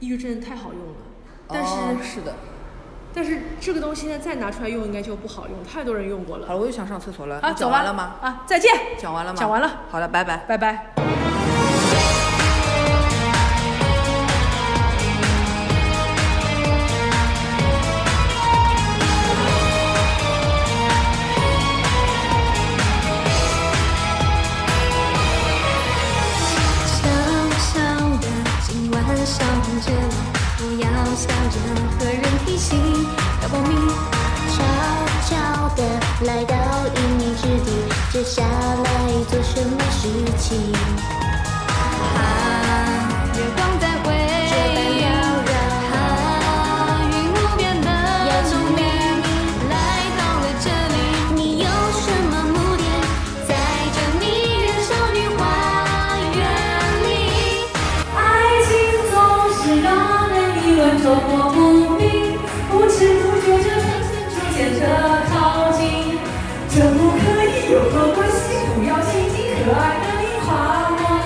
Speaker 4: 抑郁症太好用了，但是、
Speaker 6: 哦是的，
Speaker 4: 但是这个东西现在再拿出来用，应该就不好用，太多人用过了
Speaker 6: 好。了，我又想上厕所了。
Speaker 4: 啊，
Speaker 6: 你
Speaker 4: 走
Speaker 6: 讲完了吗？
Speaker 4: 啊，再见。
Speaker 6: 讲完了吗？
Speaker 4: 讲完了。
Speaker 6: 好了，拜拜。
Speaker 4: 拜拜。
Speaker 8: 小小的，今晚笑着，不要笑着和人提起，要保密。
Speaker 9: 悄悄地来到一米之地，接下来做什么事情？
Speaker 8: 啊，月光在回绕，啊，云无边的丛林，来到了这里。
Speaker 9: 你有什么目的？
Speaker 8: 在这迷人少女花园里，爱情总是让人一轮走火不明，不知不觉这瞬间逐渐的靠近。这不可以有何关系？不要亲近可爱的你，跨过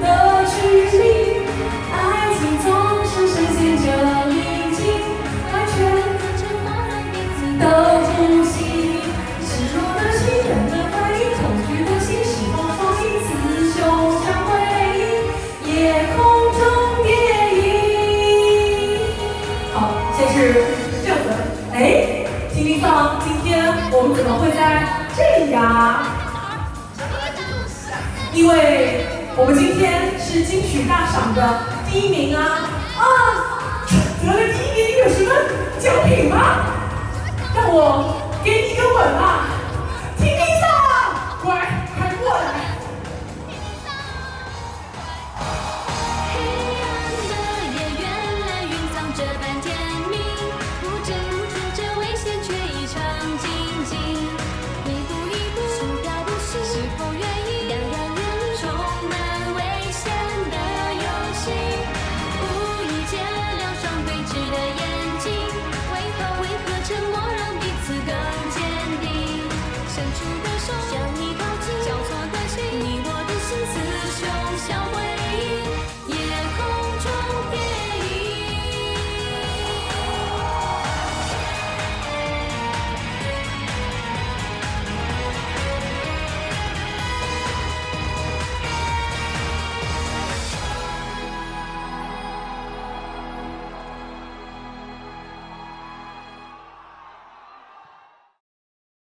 Speaker 8: 的距离。爱情总是深陷着宁静，完全的呼吸。失落的心，人的反应，恐惧的心，是否说明雌雄相辉映？夜空中蝶影。好，这是正文。哎，听听放，今天我们怎么会在这里呀、因为我们今天是金曲大赏的第一名啊啊，得了第一名。